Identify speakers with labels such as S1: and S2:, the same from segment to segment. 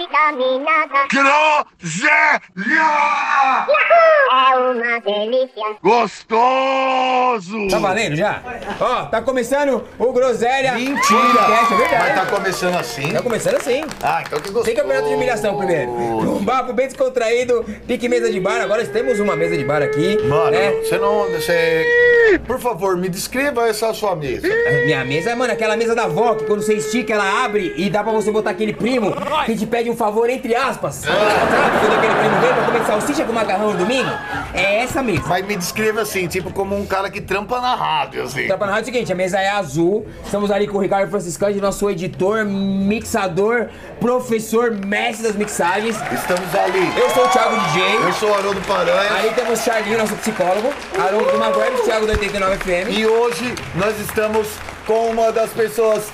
S1: contaminada.
S2: Groselha!
S1: É uma delícia.
S2: Gostoso!
S3: Tá valendo já? Ó, tá começando o Groselha.
S4: Mentira!
S3: Podcast, é verdade.
S4: Mas tá começando assim?
S3: Tá começando assim.
S4: Ah, então que gostoso.
S3: Tem campeonato de humilhação primeiro. Um papo bem descontraído, pique mesa de bar. Agora temos uma mesa de bar aqui.
S4: Mano,
S3: né?
S4: você não... Você... Por favor, me descreva essa sua mesa.
S3: Minha mesa é, mano, aquela mesa da avó que quando você estica, ela abre e dá pra você botar aquele primo que te pede um favor, entre aspas.
S4: Ah.
S3: Sabe quando aquele primo vem pra comer salsicha com macarrão no domingo? É essa mesa.
S4: Mas me descreva assim, tipo como um cara que trampa na rádio, assim.
S3: Tá pra narrar o seguinte, a mesa é azul, estamos ali com o Ricardo Franciscante, nosso editor, mixador, professor, mestre das mixagens.
S4: Estamos ali.
S3: Eu sou o Thiago DJ,
S4: Eu sou o Haroldo Paranha.
S3: aí temos o Charlinho, nosso psicólogo, Haroldo do Maguire, Thiago do 89 FM.
S4: E hoje nós estamos com uma das pessoas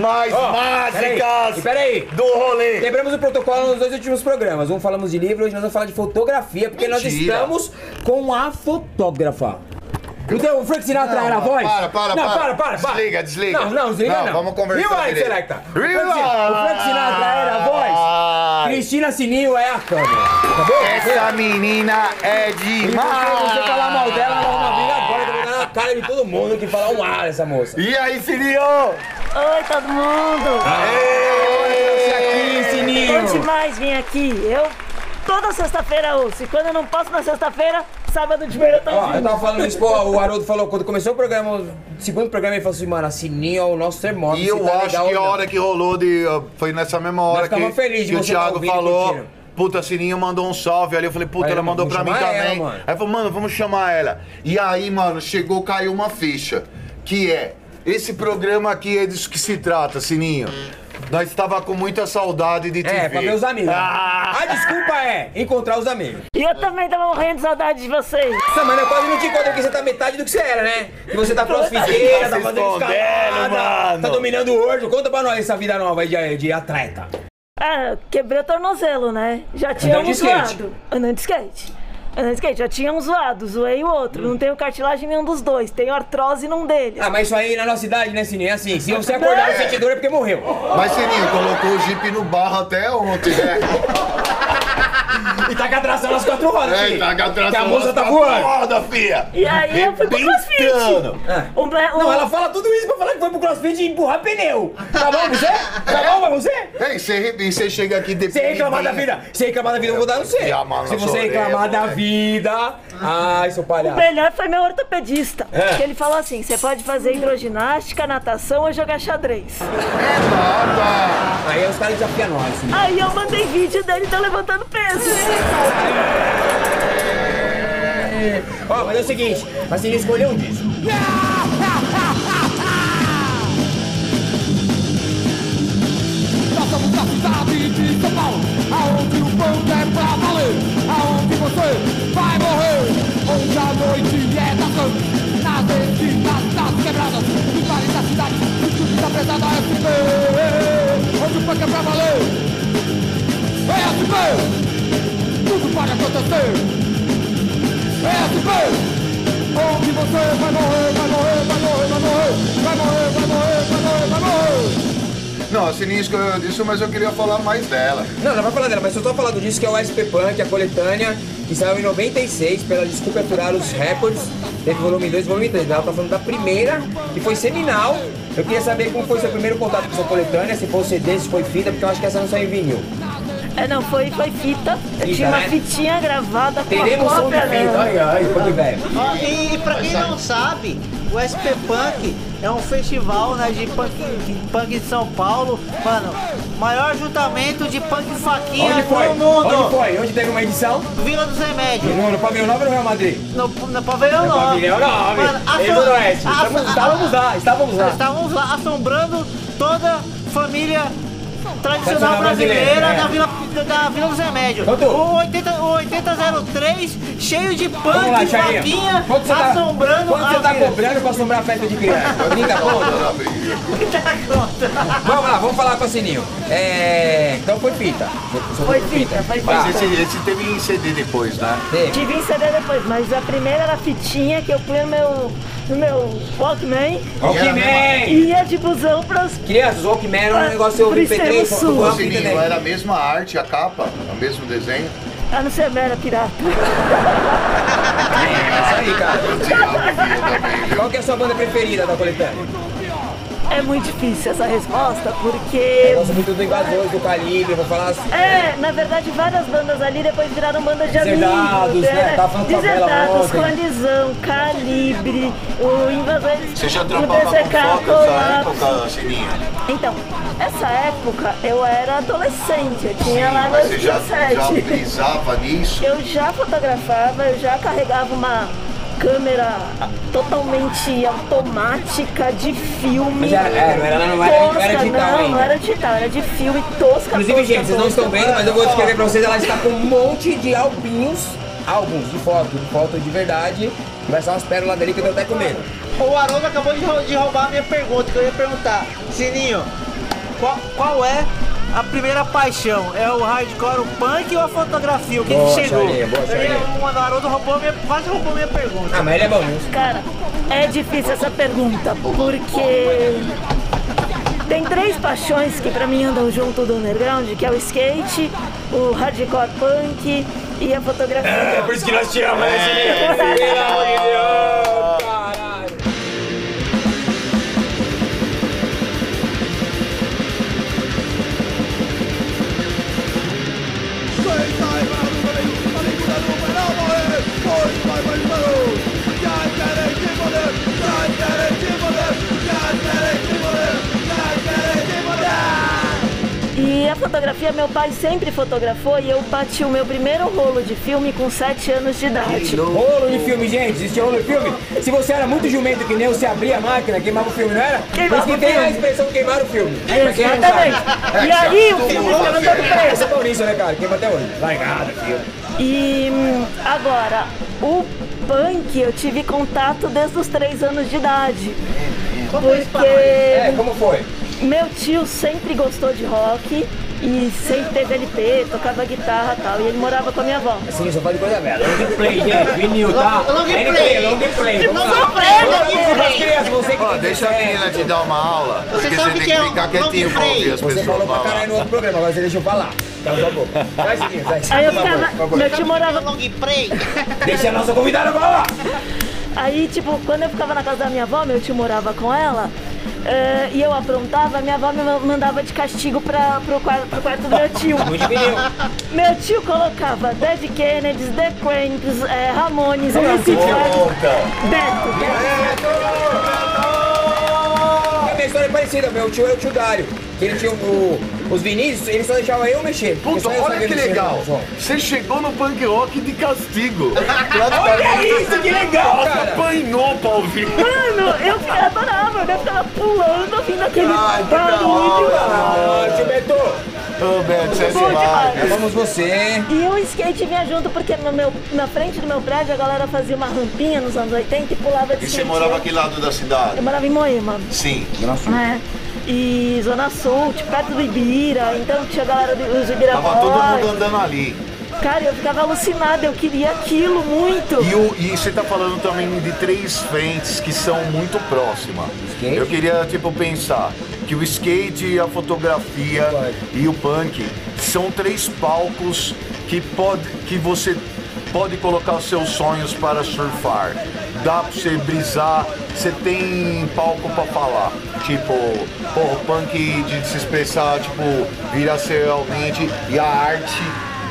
S4: mais
S3: Ó,
S4: mágicas
S3: peraí, peraí.
S4: do rolê.
S3: Quebramos o protocolo nos dois últimos programas. Um falamos de livro, hoje nós vamos falar de fotografia, porque nós
S4: Mentira.
S3: estamos com a fotógrafa. Então, o Frank Sinatra
S4: Não,
S3: era a
S4: não,
S3: voz?
S4: para, para,
S3: não,
S4: para.
S3: para, para, para.
S4: Desliga, desliga.
S3: Não, não, desliga não.
S4: Não, vamos conversar
S3: Rewind,
S4: direito.
S3: será que tá?
S4: Rewind.
S3: O Frank Sinatra- O Frank Sinatra era a voz? Cristina Sininho é a câmera. Tá bom?
S4: Essa menina é
S3: E Então, se você falar mal dela, ela
S4: demais.
S3: vai abrir agora, eu vou dar na cara de todo mundo que falar um ar essa moça.
S4: E aí, Sininho?
S5: Oi, todo mundo!
S3: Isso aqui, Sininho.
S5: Antes de mais vir aqui, eu toda sexta-feira ouço. E quando eu não posso na sexta-feira, sábado de manhã eu tô
S3: Ó, eu
S5: ouvindo.
S3: tava falando isso, pô, o Haroldo falou, quando começou o programa, o segundo programa, ele falou assim, mano, a Sininho é o nosso termômetro.
S4: E
S3: se
S4: eu
S3: tá
S4: acho
S3: legal
S4: que
S3: ou
S4: a
S3: não.
S4: hora que rolou de. Foi nessa mesma hora que,
S3: ficamos felizes de
S4: que o
S3: você tá
S4: Thiago
S3: ouvindo e
S4: falou.
S3: curtindo.
S4: Puta, a Sininho mandou um salve ali. Eu falei, puta,
S3: Aí,
S4: ela mandou
S3: vamos
S4: pra mim
S3: chamar ela,
S4: também.
S3: mano.
S4: aí falou, mano, vamos chamar ela. E aí, mano, chegou, caiu uma ficha. Que é. Esse programa aqui é disso que se trata, Sininho. Nós estava com muita saudade de te
S3: É,
S4: ver.
S3: pra ver os amigos.
S4: Ah!
S3: A desculpa é encontrar os amigos.
S5: E eu também tava morrendo de saudade de vocês.
S3: Essa mano, eu quase não te encontro porque você tá metade do que você era, né? Que você tá crossfiteira,
S4: Tá
S3: tá
S4: se
S3: fazendo
S4: escondendo,
S3: escalada,
S4: mano.
S3: tá dominando o Word. Conta pra nós essa vida nova aí de, de atleta.
S5: Ah, quebrei o tornozelo, né? Já tinha
S3: Andando de
S5: um
S3: skate.
S5: zoado. Andando de skate. Andando de skate, já tinha um zoado, zoei o outro. Não tenho cartilagem em nenhum dos dois, tenho artrose num deles.
S3: Ah, mas isso aí na nossa idade, né, Sininho? É assim, se você acordar no sentido é porque morreu.
S4: Mas Sininho colocou o Jeep no barro até ontem, né?
S3: E tá com atração nas quatro rodas,
S4: É,
S3: filho.
S4: tá com a tração
S3: Que a moça
S4: nas
S3: tá
S4: quatro
S3: voando.
S4: rodas, fia.
S5: E aí eu fui pro
S4: Arrebentando.
S5: crossfit.
S3: Ah.
S5: Um ble- um-
S3: Não, ela fala tudo isso pra falar que foi pro crossfit e empurrar pneu. Tá bom pra você? Tá bom pra você?
S4: Ei, você, você chega aqui depois.
S3: Se reclamar da vida, se reclamar da vida, eu vou dar no você.
S4: Enfiar a mão na
S3: Se você
S4: sua
S3: reclamar
S4: orelha,
S3: da
S4: moleque.
S3: vida. Ai, seu
S5: O
S3: palhaço.
S5: melhor foi meu ortopedista.
S3: É.
S5: Que ele falou assim: você pode fazer hidroginástica, natação ou jogar xadrez.
S4: Nada.
S3: Aí os caras desafiam nós. Assim.
S5: Aí eu mandei vídeo dele tá levantando peso.
S3: Ó, mas é o seguinte, mas você escolheu um disco.
S6: Nós somos da cidade de São Paulo, aonde o mundo é pra valer, aonde você vai morrer. Onde a noite é da sangue, nas esquinas, nas quebradas, nos bares da cidade, no clube da presa da SP. Onde o funk é pra valer, é SP, tudo pode acontecer. É SP, onde você vai morrer, vai morrer, vai morrer, vai morrer, vai morrer, vai morrer, vai morrer, vai morrer.
S4: Não, a Sininho escolheu disso, mas eu queria falar mais dela.
S3: Não, não vai falar dela, mas eu tô falando disso que é o SP Punk, a coletânea, que saiu em 96 pela Desculpa Aturar os Records. Teve volume 2 e volume 3. Ela tá falando da primeira, que foi seminal. Eu queria saber como foi seu primeiro contato com essa coletânea, se foi o CD, se foi fita, porque eu acho que essa não saiu em vinil.
S5: É, não, foi, foi
S3: Fita,
S5: fita. Eu tinha uma
S3: né?
S5: fitinha gravada com a
S3: Teremos som de
S5: cópia né?
S3: fita.
S5: dela.
S3: Ai, ai, punk velho.
S7: Ó, E, e pra quem não sabe, o SP Punk é um festival né, de, punk, de punk de São Paulo. Mano, maior juntamento de punk e
S3: Onde
S7: faquinha
S3: foi?
S7: do mundo.
S3: Onde foi? Onde teve uma edição?
S7: Vila dos Remédios.
S3: No, no Pavilhão 9 ou no Real Madrid?
S7: No, no pavilhão
S3: No
S7: 9.
S3: Pavilhão 9.
S7: Mano,
S3: Eles
S7: assom-
S3: do Oeste.
S7: asso-
S3: é Estamos- Estávamos lá, estávamos lá.
S7: Estávamos lá assombrando toda família
S3: Tradicional
S7: tradicional brasileira
S3: brasileira, é.
S7: da Vila, da Vila dos Remédios.
S3: Quanto?
S7: O 80, o 8003, cheio de
S3: Vamos lá,
S7: punk,
S3: Charlinho.
S7: faquinha,
S3: Quanto você tá,
S7: assombrando
S3: quanto você
S7: a
S3: tá
S7: Vila.
S3: cobrando pra assombrar a festa de criança?
S4: Tá
S3: 30 conto?
S4: Dona Brisa.
S3: Vamos lá, vamos falar com a Sininho. É, então então foi fita. Só
S5: Foi fita, foi
S3: Tá.
S5: fita.
S4: Mas esse, esse teve em CD depois, né?
S3: Teve.
S5: Tive em CD depois, mas a primeira era fitinha que eu punha no meu, no meu Walkman
S3: Walkman!
S5: e ia de busão pras.
S3: Crianças, Walkman era um
S5: Ah,
S3: negócio eu ouvi
S5: por isso era
S3: P3,
S5: um
S3: só
S5: sul.
S3: com
S4: Ô,
S3: a fita né?
S4: Sininho,
S3: dele.
S4: era a mesma arte, a capa, o mesmo desenho.
S5: Ah, não sei, eu era pirata.
S3: Isso aí, cara.
S4: Eu tirava o fio também, viu?
S3: Qual que é a sua banda preferida da coletânea?
S5: É muito difícil essa resposta, porque.
S3: Eu gosto muito do Invasores, do Calibre, vou falar assim.
S5: É, na verdade, várias bandas ali depois viraram bandas de
S3: Deserdados,
S5: amigos.
S3: né? Tava falando com a Bela
S5: Deserdados,
S3: ontem.
S5: Coalizão, Calibre, o Invasores.
S4: Você
S5: o
S4: já trampava com
S5: BZK,
S4: foto nessa
S5: Colapso.
S4: época, Sininho?
S5: Então, essa época eu era adolescente, eu tinha lá
S4: Mas
S5: meus
S4: você já, já
S5: 17.
S4: brisava nisso?
S5: Eu já fotografava, eu já carregava uma câmera totalmente automática de filme.
S3: Mas era- era, não era- não era- não era
S5: tosca,
S3: digital
S5: não,
S3: ainda.
S5: não era digital, era de filme tosca.
S3: Inclusive,
S5: tosca,
S3: gente, vocês não
S5: tosca.
S3: estão vendo, mas eu vou descrever pra vocês. Ela está com um monte de albinhos, álbuns de foto, de foto de verdade. E vai ser umas pérolas dele que eu tô até comendo.
S7: O Haroldo acabou de, rou- de roubar a minha pergunta, que eu ia perguntar. Sininho, qual, qual é a primeira paixão? É o hardcore, o punk ou a fotografia? O que,
S3: Boa,
S7: que chegou?
S3: Charlie, boa,
S7: Eu ia-
S3: Charlie.
S7: o Haroldo roubou minha, quase roubou minha pergunta.
S3: Ah, mas ele é bom, né?
S5: Cara, é difícil essa pergunta, porque tem três paixões que pra mim andam junto do underground, que é o skate, o hardcore punk e a fotografia. É, por isso que nós te amamos, E a fotografia, meu pai sempre fotografou e eu bati o meu primeiro rolo de filme com 7 anos de idade.
S3: Rolo de filme, gente. Existia rolo de filme. Se você era muito jumento que nem eu, você abria a máquina, queimava o filme, não era?
S5: Queimava
S3: Por isso
S5: o
S3: que tem
S5: filme.
S3: a expressão queimar o filme. Pra quem não
S5: É, Exatamente.
S3: sabe.
S5: E aí o é um filme
S4: acostumou,
S5: ficava todo
S4: velho.
S5: preto.
S3: Essa é Maurício, né, cara? Queima até hoje. Largada, filme.
S5: E hum, agora, o punk eu tive contato desde os 3 anos de idade.
S3: É,
S5: Porque
S3: como foi?
S5: meu tio sempre gostou de rock e sempre teve LP, tocava guitarra e tal. E ele morava com a minha avó.
S3: Assim, só fala de coisa velha. Long play, gente. Vinil, tá?
S7: Long play.
S3: Long play. Vamos
S7: Long
S3: lá.
S7: play,
S3: Vamos lá, crianças, você que
S4: Ó,
S3: tem
S4: deixa a
S3: sucesso.
S4: menina te dar uma aula. porque
S7: sabe
S4: você tem
S7: que
S4: que
S7: é um
S4: ficar quietinho pra
S7: long
S4: ouvir as
S3: Você
S4: pessoas
S3: falou pra
S4: falar.
S3: caralho no outro programa, agora você deixa eu falar. Tá, tá bom. Vai, Sininho, vai.
S5: Aí eu
S3: Por favor, por
S5: ficava.
S3: favor.
S5: Meu tio morava.
S7: Long play.
S3: Deixa a nossa convidada falar.
S5: Aí, tipo, quando eu ficava na casa da minha avó, meu tio morava com ela, eh, e eu aprontava, minha avó me ma- mandava de castigo pra, pro, quarto, pro quarto do meu tio.
S3: Muito vinil.
S5: Meu tio colocava Dead Kennedys, The Cranks, eh, Ramones, MC Flag, Beto.
S3: A minha história é parecida. Meu tio era o tio Dário. Que ele tinha o- os vinis, ele só deixava eu mexer.
S4: Puta,
S3: porque só eu
S4: olha
S3: sabia
S4: que
S3: mexer no
S4: legal.
S3: som.
S4: Você chegou no punk rock de castigo.
S3: Olha isso, que legal, cara.
S4: Apanhou pra ouvir.
S5: Mano, eu fi- adorava, eu ficava pulando, ouvindo aquele
S4: Ai, que da
S5: barulho.
S3: Ah, tio Beto,
S4: Ô, Beto, você é
S5: Bom
S4: demais.
S5: demais.
S3: amamos você.
S5: E o skate vinha junto porque no meu, na frente do meu prédio a galera fazia uma rampinha nos anos 80 e pulava de
S4: E você
S5: skate.
S4: morava que lado da cidade?
S5: Eu morava em Moema.
S4: Sim.
S5: né? E Zona Sul, tipo, perto do Ibira, então tinha a galera dos
S4: Tava todo mundo
S5: Ibirapuera.
S4: andando ali.
S5: Cara, eu ficava alucinada, eu queria aquilo muito.
S4: E, o- e você tá falando também de três frentes que são muito próximas.
S3: Skate?
S4: Eu queria, tipo, pensar que o skate, a fotografia e o punk são três palcos que, pode, que você pode colocar os seus sonhos para surfar. Dá pra você brisar, você tem palco pra falar. Tipo, pô, o punk de se expressar, tipo, virar ser realmente e a arte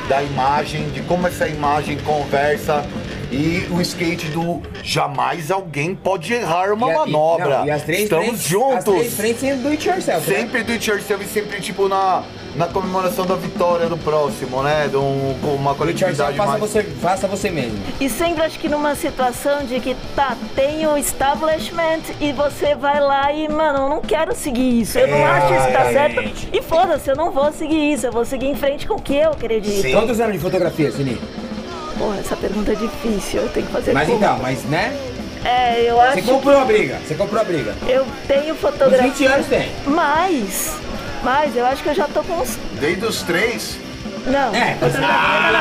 S4: da imagem, de como essa imagem conversa e o skate do jamais alguém pode errar uma
S3: E a- e-
S4: manobra.
S3: não, e as três
S4: Estamos
S3: frentes- As
S4: juntos.
S3: três frentes sendo do it yourself. né?
S4: Sempre do it yourself e sempre tipo na, na comemoração da vitória do próximo, né? De um- com uma
S3: Do it yourself,
S4: coletividade
S3: faça
S4: mais.
S3: você, faça você mesmo.
S5: E sempre acho que numa situação de que tá, tem o establishment e você vai lá e, mano, eu não quero seguir isso, eu
S4: É,
S5: não acho isso tá certo. E foda-se, eu não vou seguir isso, eu vou seguir em frente com o que eu acredito.
S4: Sim.
S3: Quantos anos de fotografia, Sininho?
S5: Porra, essa pergunta é difícil, eu tenho que fazer
S3: Mas
S5: como?
S3: então, mas né?
S5: É, eu
S3: Você
S5: acho
S3: comprou a briga. Você comprou a briga.
S5: Eu tenho
S3: Uns
S5: fotografia.
S3: 20 anos tem.
S5: Mas Mas eu acho que eu já tô com uns.
S4: Desde os três?
S5: Não.
S3: É, você
S4: Ah!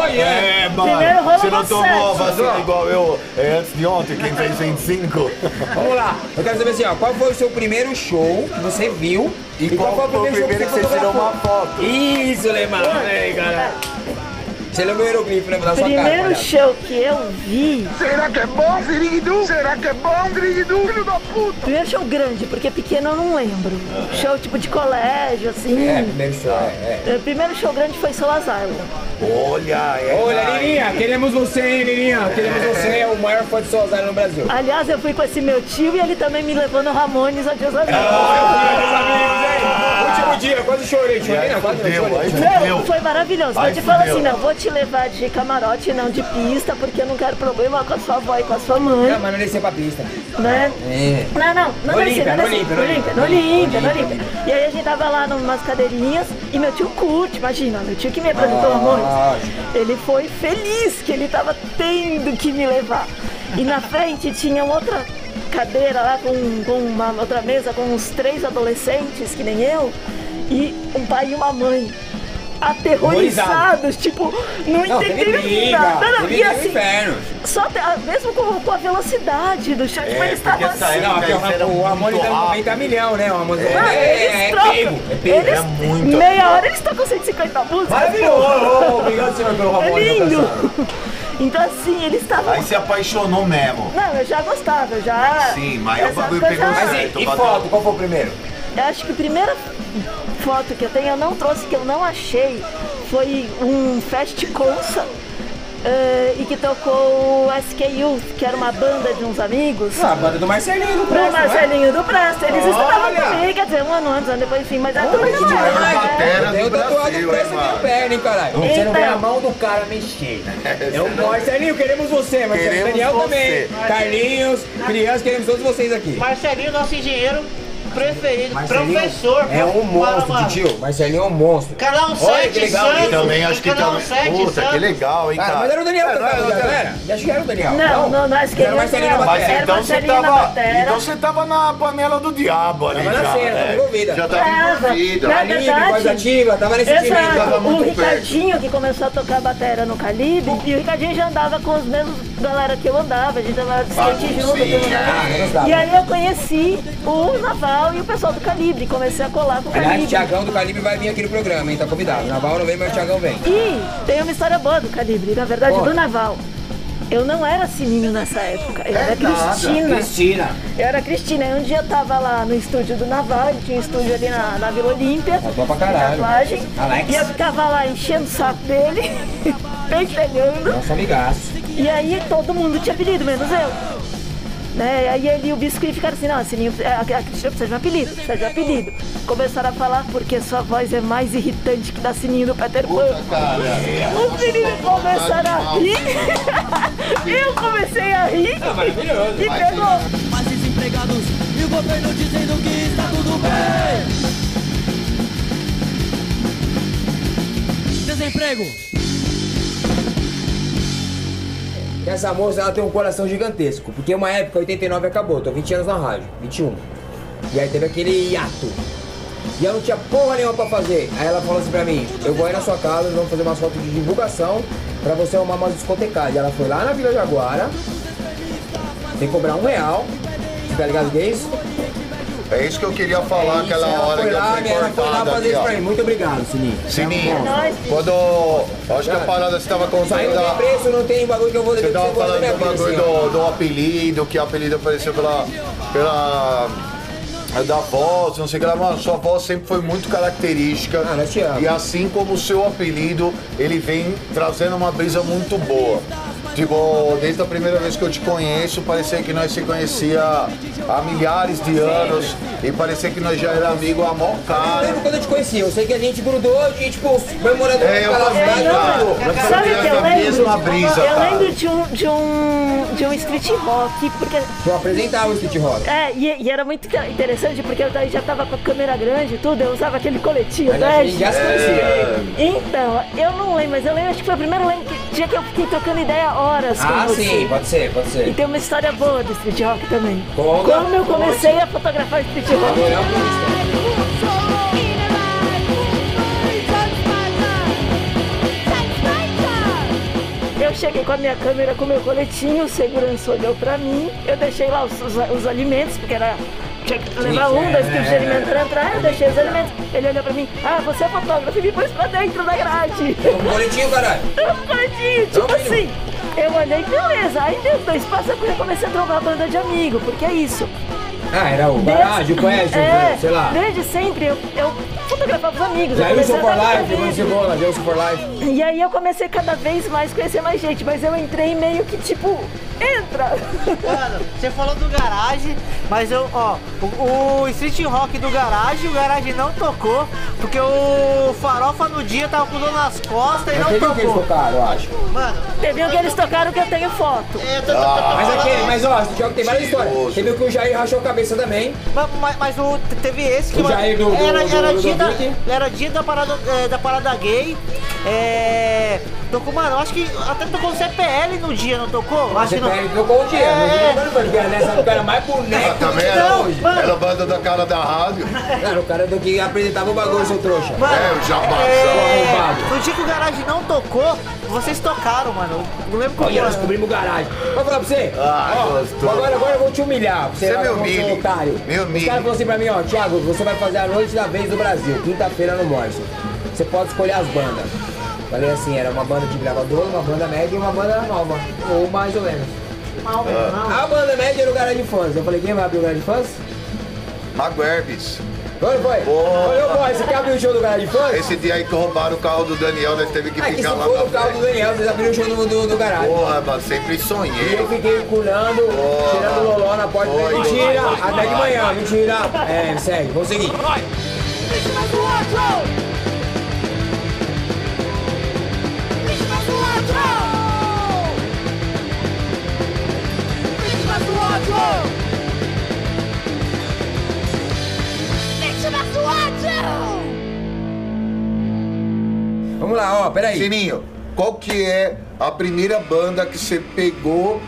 S3: Oi, é.
S4: É, mano.
S5: Primeiro rolou
S4: Você não
S5: uma
S4: tomou a
S5: sete.
S4: vacina igual eu é, antes de ontem, quem fez em cinco.
S3: Vamos lá. Eu quero saber assim, ó, qual foi o seu primeiro show que você viu
S4: E qual foi o primeiro que você tirou uma foto?
S3: Isso, Lemar. Ei, cara. Você lembra o hieroglifo, lembra da sua cara?
S5: Primeiro
S3: palhaço?
S5: show que eu vi.
S8: Será que é bom, Siriguidu? Será que é bom, Siriguidu? Filho da puta!
S5: Primeiro show grande, porque pequeno eu não lembro. Show tipo de colégio, assim.
S3: É, primeiro show, é. é.
S5: Eh, Primeiro show grande foi Soul Asylum.
S4: Olha, é.
S3: Olha,
S4: nice.
S3: Lirinha, queremos você, hein, Lirinha? Queremos você, é o maior fã de Solzano no Brasil.
S5: Aliás, eu fui com esse meu tio e ele também me levou no Ramones a
S3: Ah,
S5: Deus Amigos.
S3: Último dia, eu quase chorei,
S4: E
S3: chorei,
S4: aí
S3: não, quase não,
S4: fudeu, aí
S3: chorei.
S5: Não,
S4: fudeu.
S5: foi maravilhoso.
S4: Ai,
S5: Meu tio falou
S4: fudeu.
S5: assim, não, vou te levar de camarote, não de pista, porque eu não quero problema com a sua avó e com a sua mãe,
S3: Não, mas não desceu pra é pista.
S5: né?
S3: É.
S5: Não, não, não desci,
S3: Olímpia,
S5: não desci.
S3: Olímpia,
S5: No Olímpia,
S3: Olímpia,
S5: no Olímpia, no Olímpia. E aí a gente tava lá numas cadeirinhas e meu tio curte, imagina, meu tio que me apresentou o Ramones. Ele foi feliz que ele tava tendo que me levar. E na frente tinha outra cadeira lá com, com uma outra mesa com uns três adolescentes, que nem eu, e um pai e uma mãe. Aterrorizados, tipo, não,
S3: Não, teve
S5: entenderam
S3: briga,
S5: nada. Não, não,
S3: teve
S5: e
S3: briga no
S5: assim,
S3: inferno.
S5: só te- ah, mesmo com, com a velocidade do chat, mas eles estavam
S4: porque essa
S5: assim.
S4: era
S3: Não, porque
S4: Eles eram
S3: o- o Ramone
S4: muito
S3: tá no 90
S4: rápido.
S3: milhão, né? O Ramone
S5: Não,
S3: é, é,
S5: Ah, eles
S3: é
S5: trocam.
S3: pego, é pego.
S5: eles,
S4: é muito.
S5: meia hora eles estão com 150 músicas.
S3: Maravilhoso! tá Obrigado, senhor, pelo
S5: pô. É
S3: Ramone.
S5: lindo. Então assim, eles estavam.
S4: Aí se apaixonou mesmo.
S5: Não, eu já gostava, eu já.
S4: Sim, mas o
S5: Essa
S4: bagulho
S5: coisa-
S4: pegou
S3: Mas e, e foto, qual foi o primeiro?
S5: Eu acho que a primeira foto que eu tenho, eu não trouxe, que eu não achei, foi um Fast Consa. eh, e que tocou o SKU, que era uma banda de uns amigos.
S3: Ah, a banda do Marcelinho, do
S5: Pro
S3: Presto, né?
S5: Marcelinho do Presto. Eles estudavam
S3: Olha!
S5: comigo, quer dizer, um ano antes, um ano depois, enfim, mas a turma que tinha.
S4: demais,
S5: né?
S4: Batera. Era do
S3: Eu tatuado
S4: Brasil,
S3: o preço
S4: hein,
S3: da
S4: mano?
S3: perna, hein, caralho. Você não vê a mão do cara mexer. É o Marcelinho, queremos você, Marcelinho.
S4: Queremos
S3: Daniel
S4: você.
S3: também. Carlinhos, crianças, queremos todos vocês aqui.
S7: Marcelinho, nosso engenheiro preferido, professor.
S3: é um
S7: Fala,
S3: monstro,
S7: mano.
S3: tio. Marcelinho é um monstro.
S7: Canal
S3: Olha que
S7: 7,
S3: legal,
S7: Santos.
S4: E
S3: um
S4: também acho que
S7: Canal
S4: também.
S7: 7,
S4: Puta, que
S7: Santos.
S4: legal, hein,
S3: Ah,
S4: cara.
S3: mas era o Daniel
S4: É,
S3: que
S4: não era,
S3: tava,
S4: não era.
S3: galera. Acho que era o Daniel.
S5: Não, não, não, acho que
S3: Era o
S5: ele não
S3: Marcelinho
S5: era.
S3: na
S4: Mas
S3: batera.
S5: Era
S4: então você
S5: Marcelinho na
S4: tava.
S5: batera.
S4: Então você tava na panela do diabo ali.
S3: Tava na
S4: já,
S3: cena,
S4: é.
S3: tava envolvida.
S4: Já tava
S5: Tava.
S4: envolvida.
S5: Na
S3: Ali,
S5: verdade-
S3: voz ativa, tava nesse time. aí.
S4: tava
S5: Exato, o
S4: muito
S5: Ricardinho que começou a tocar batera no Calibre, e o Ricardinho já andava com os mesmos galera que eu andava, a gente andava de skate junto.
S4: Baguncinha.
S5: tudo, né?
S3: Menos dava.
S5: E aí eu conheci o Naval e o pessoal do Calibre, comecei a colar com o
S3: Aliás, o
S5: Calibre.
S3: Thiagão do Calibre vai vir aqui no programa, hein? Tá convidado. Naval não vem, mas o Thiagão vem.
S5: E tem uma história boa do Calibre, na verdade,
S3: Conta.
S5: do Naval. Eu não era sininho nessa época, eu era Cristina.
S3: Cristina.
S5: Eu era Cristina, e um dia eu tava lá no estúdio do Naval, ele tinha um estúdio ali na, na Vila Olímpia.
S3: Tá bom pra caralho.
S5: Tatuagem.
S3: Alex.
S5: E eu ficava lá enchendo o saco dele, pentelhando.
S3: Nosso amigaço.
S5: E aí todo mundo tinha apelido, menos eu. Né? E aí ele e o biscuit ficaram assim, não, Sininho, a a Cristina precisa de um apelido, precisa de um apelido. Começaram a falar porque sua voz é mais irritante que da Sininho do Peter Pan. Os meninos começaram
S4: Tá
S5: a rir. eu comecei a rir.
S4: Tá
S5: E pegou.
S6: Mas desempregados e o governo dizendo que está tudo bem. Desemprego.
S3: Que Essa moça, ela tem um coração gigantesco. Porque uma época, 89 acabou, tô 20 anos na rádio, 21. E aí teve aquele hiato. E eu não tinha porra nenhuma pra fazer. Aí ela falou assim pra mim, eu vou aí na sua casa, nós vamos fazer umas fotos de divulgação pra você arrumar umas discotecagem. Ela foi lá na Vila Jaguara, tem que cobrar um real, tá ligado que é isso?
S4: É isso que eu queria falar aquela
S3: Ela
S4: hora
S3: foi
S4: que eu
S3: lá,
S4: fui
S3: minha ela foi lá
S4: cortado
S3: fazer
S4: ali,
S3: isso pra mim.
S4: ó.
S3: Muito obrigado, Sininho.
S4: Sininho,
S5: Nós-
S4: quando. Acho que a parada você tava contando
S3: Saiu
S4: da-
S3: de preço, não tem bagulho que eu vou
S4: Você
S3: dever que
S4: tava
S3: vou
S4: falando
S3: dever
S4: do
S3: pra mim,
S4: bagulho
S3: assim, ó.
S4: do, do apelido, que o apelido apareceu pela. pela. é da voz, não sei o que lá, mano. Sua voz sempre foi muito característica.
S3: Ah, nós te amamos.
S4: E assim como o seu apelido, ele vem trazendo uma brisa muito boa. Tipo, desde a primeira vez que eu te conheço, parecia que nós se conhecia há milhares de anos e parecia que nós já era amigo há mó
S3: Eu
S4: cara.
S3: lembro quando eu te conheci, eu sei que a gente grudou e, tipo, foi morando
S4: É, eu
S3: naquela
S4: também,
S3: cidade,
S4: cara.
S3: grudou.
S4: Mas
S5: Sabe o que eu
S4: Tá a mesma
S5: lembro?
S4: brisa,
S5: eu
S4: cara.
S5: lembro de um, de um, de um street rock, porque...
S3: Eu apresentava o Street Rock.
S5: É, e, e era muito ca- interessante, porque eu daí já tava com a câmera grande e tudo, eu usava aquele coletinho,
S3: Mas a gente
S5: né?
S3: já se conhecia.
S5: Então, eu não lembro, mas eu lembro, acho que foi o primeiro lembro que- dia que eu fiquei trocando ideia horas com
S3: Ah,
S5: você.
S3: sim, pode ser, pode
S5: E
S3: ser.
S5: tem uma história boa do street rock também.
S3: Conta.
S5: Como eu comecei a fotografar street rock.
S3: Agora é uma música.
S9: Sou
S5: eu cheguei com a minha câmera, com o meu coletinho, o segurança olhou pra mim, eu deixei lá os, os- os alimentos, porque era. Tinha que levar
S3: Sim,
S5: um, dois quilos de
S3: é.
S5: alimento pra entrar, eu deixei os alimentos. Ele olhou pra mim, ah, você é fotógrafo, e me pôs pra dentro da grade.
S3: Um boletinho, caralho.
S5: Um gordinho, tipo
S3: Toma aí,
S5: assim. Eu olhei, beleza, aí deu dois passos, eu comecei a trocar a banda de amigo, porque é isso.
S3: Ah, era o
S5: Desde-
S3: Baralho, o Quest,
S5: É,
S3: sei lá.
S5: Desde sempre eu, eu fotografava os amigos. eu
S3: Já eu sou
S5: comecei a
S3: for
S5: dar muita
S3: life,
S5: vida.
S3: mano, cebola, eu sou for life.
S5: E aí eu comecei cada vez mais a conhecer mais gente, mas eu entrei meio que tipo, entra!
S7: Mano, você falou do garagem, mas eu, ó, o, o Street Rock do garagem, o garagem não tocou, porque o Farofa no dia tava com o dor nas costas
S3: Mas
S7: e não
S3: teve o que eles
S7: tocou.
S3: tocaram, eu acho.
S7: Mano,
S5: Teve o que eles tocaram que eu tenho foto.
S7: é, eu tô- tô- tô- tô
S3: Mas
S7: falando-
S3: aquele, mas ó, esse jogo tem várias histórias. Teve o que o Jair rachou a cabeça também.
S7: Mas, mas- mas o, te- teve esse que
S3: O
S7: mano,
S3: Jair do- do-
S7: era,
S3: do-
S7: era
S3: do-
S7: dia
S3: do
S7: da,
S3: Vicky?
S7: era dia da parada, é, da parada gay. É. Tocou, mano, eu acho que até tocou CPL no dia, não tocou? Eu Acho
S3: Você
S7: que não.
S3: perde, trocou o dia.
S7: É.
S3: Não tô ligado, né? Sabe, o cara mais boneco
S4: Ah, também
S3: que
S4: era,
S3: tá hoje.
S7: mano.
S4: era a banda da cara da rádio.
S3: Cara, o cara do que apresentava o bagulho, seu trouxa.
S4: É, o Jabá,
S3: arrombado.
S7: é, no dia que o garagem não tocou, vocês tocaram, mano. Eu Não lembro como
S3: Olha, nós
S7: mano.
S3: cobrimos o garagem. Vou falar pra você.
S4: Ah,
S3: Ó,
S4: gostoso.
S3: Agora, agora eu vou te humilhar. Você,
S4: Você me
S3: vai-
S4: humilha.
S3: você é um otário.
S4: Me humilha.
S3: Os caras falaram assim pra mim, ó, Thiago, você vai fazer a noite da vez do Brasil, quinta-feira no Morrison. Você pode escolher as bandas. Falei assim, era uma banda de gravador, uma banda média e uma banda nova. Ou mais ou menos.
S7: Mal,
S4: Ah.
S7: não.
S3: A banda média era o Garage Fãs. Eu falei, quem vai abrir o Garage Fãs?
S4: Maguerbes.
S3: Quando foi?
S4: Boa.
S3: Olha, ô, boy, você quer abrir o show do Garage Fãs?
S4: Esse dia aí que roubaram o carro do Daniel, nós teve que
S3: Ah, que se
S4: ficar lá
S3: for
S4: na
S3: o carro do
S4: frente.
S3: Daniel, vocês abriram o show do, do, do Garage.
S4: Porra, mano, sempre
S3: E eu
S4: sonhei.
S3: fiquei curando, tirando o loló na porta.
S4: Oi.
S3: mentira, até de manhã, mentira. É, segue, vamos seguir. Vamos lá, ó, peraí.
S4: Sininho, qual que é a primeira banda que você pegou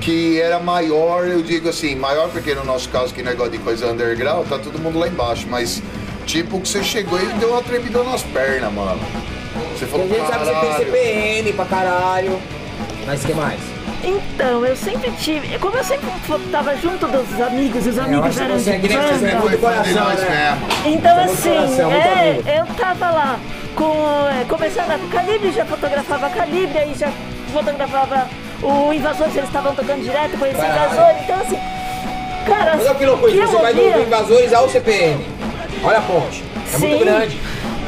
S4: que era maior, eu digo assim, maior porque no nosso caso que negócio de coisa underground, tá todo mundo lá embaixo, mas tipo que você chegou e deu uma tremida nas pernas, mano. Você falou,
S3: Tem gente que sabe que você
S4: caralho.
S3: tem CPM pra caralho. Mas que mais?
S5: Então, eu sempre tive. Como eu sempre fo- tava junto dos amigos, e os
S3: eu
S5: amigos
S3: acho que
S5: eram
S3: você
S5: de
S3: é que nem você,
S5: banda.
S3: né?
S4: Foi fundo de
S3: Coração,
S4: nós
S3: né?
S4: mesmo.
S5: Então
S3: Muito
S5: assim,
S3: coração, muito
S5: é,
S3: amigo.
S5: eu tava lá com, é, começando com Calibre, já fotografava Calibre, aí já fotografava o Invasores, eles estavam tocando direto, conheci o
S3: Caralho.
S5: Invasor, então assim, cara,
S3: Mas olha que loucura,
S5: eu
S3: você vai do, do
S5: ouvia-
S3: Invasores ao CPM. Olha a ponte. É
S5: Sim.
S3: muito grande.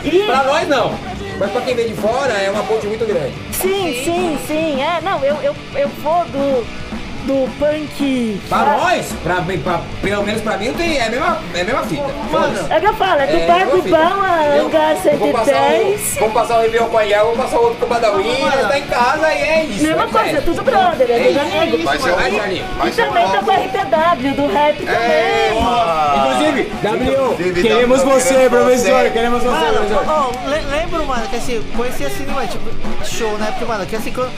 S5: E-
S3: Pra nós não. Mas pra quem vem de fora é uma ponte muito grande.
S5: sim, sim, sim, é, não, eu, eu, eu vou do, do punk...
S3: Pra nós, pra, mim- pra- pelo menos pra mim, não tem- é a mesma, é a mesma fita. Foda-se.
S5: É o que eu falo, é do
S3: É,
S5: Bar do
S3: meu filho,
S5: Bão a
S3: entendeu?
S5: Hangar
S3: Eu vou passar um-
S5: 110,
S3: Vou passar o Réveillon com a Yel, vou passar outro com o Badawi, nós tá em casa e é isso.
S5: mesma
S3: é
S5: coisa, é
S3: sério.
S5: tudo brother, é
S3: É
S5: dos
S3: isso, é
S5: amigos.
S4: Mas é
S3: Vai,
S4: um,
S3: Charlinho.
S5: E
S4: mas é um
S5: também tá com
S4: álbum. É,
S5: a RPW, do rap
S3: É,
S5: também.
S3: Inclusive, W,
S4: Inclusive,
S3: queremos
S4: W,
S3: você,
S4: queremos você.
S3: professor, queremos você,
S7: Mano,
S3: professor.
S7: ó, ó, le- lembro, mano, que assim, conheci assim, mano, tipo, show, né? Porque, mano, que assim, quando,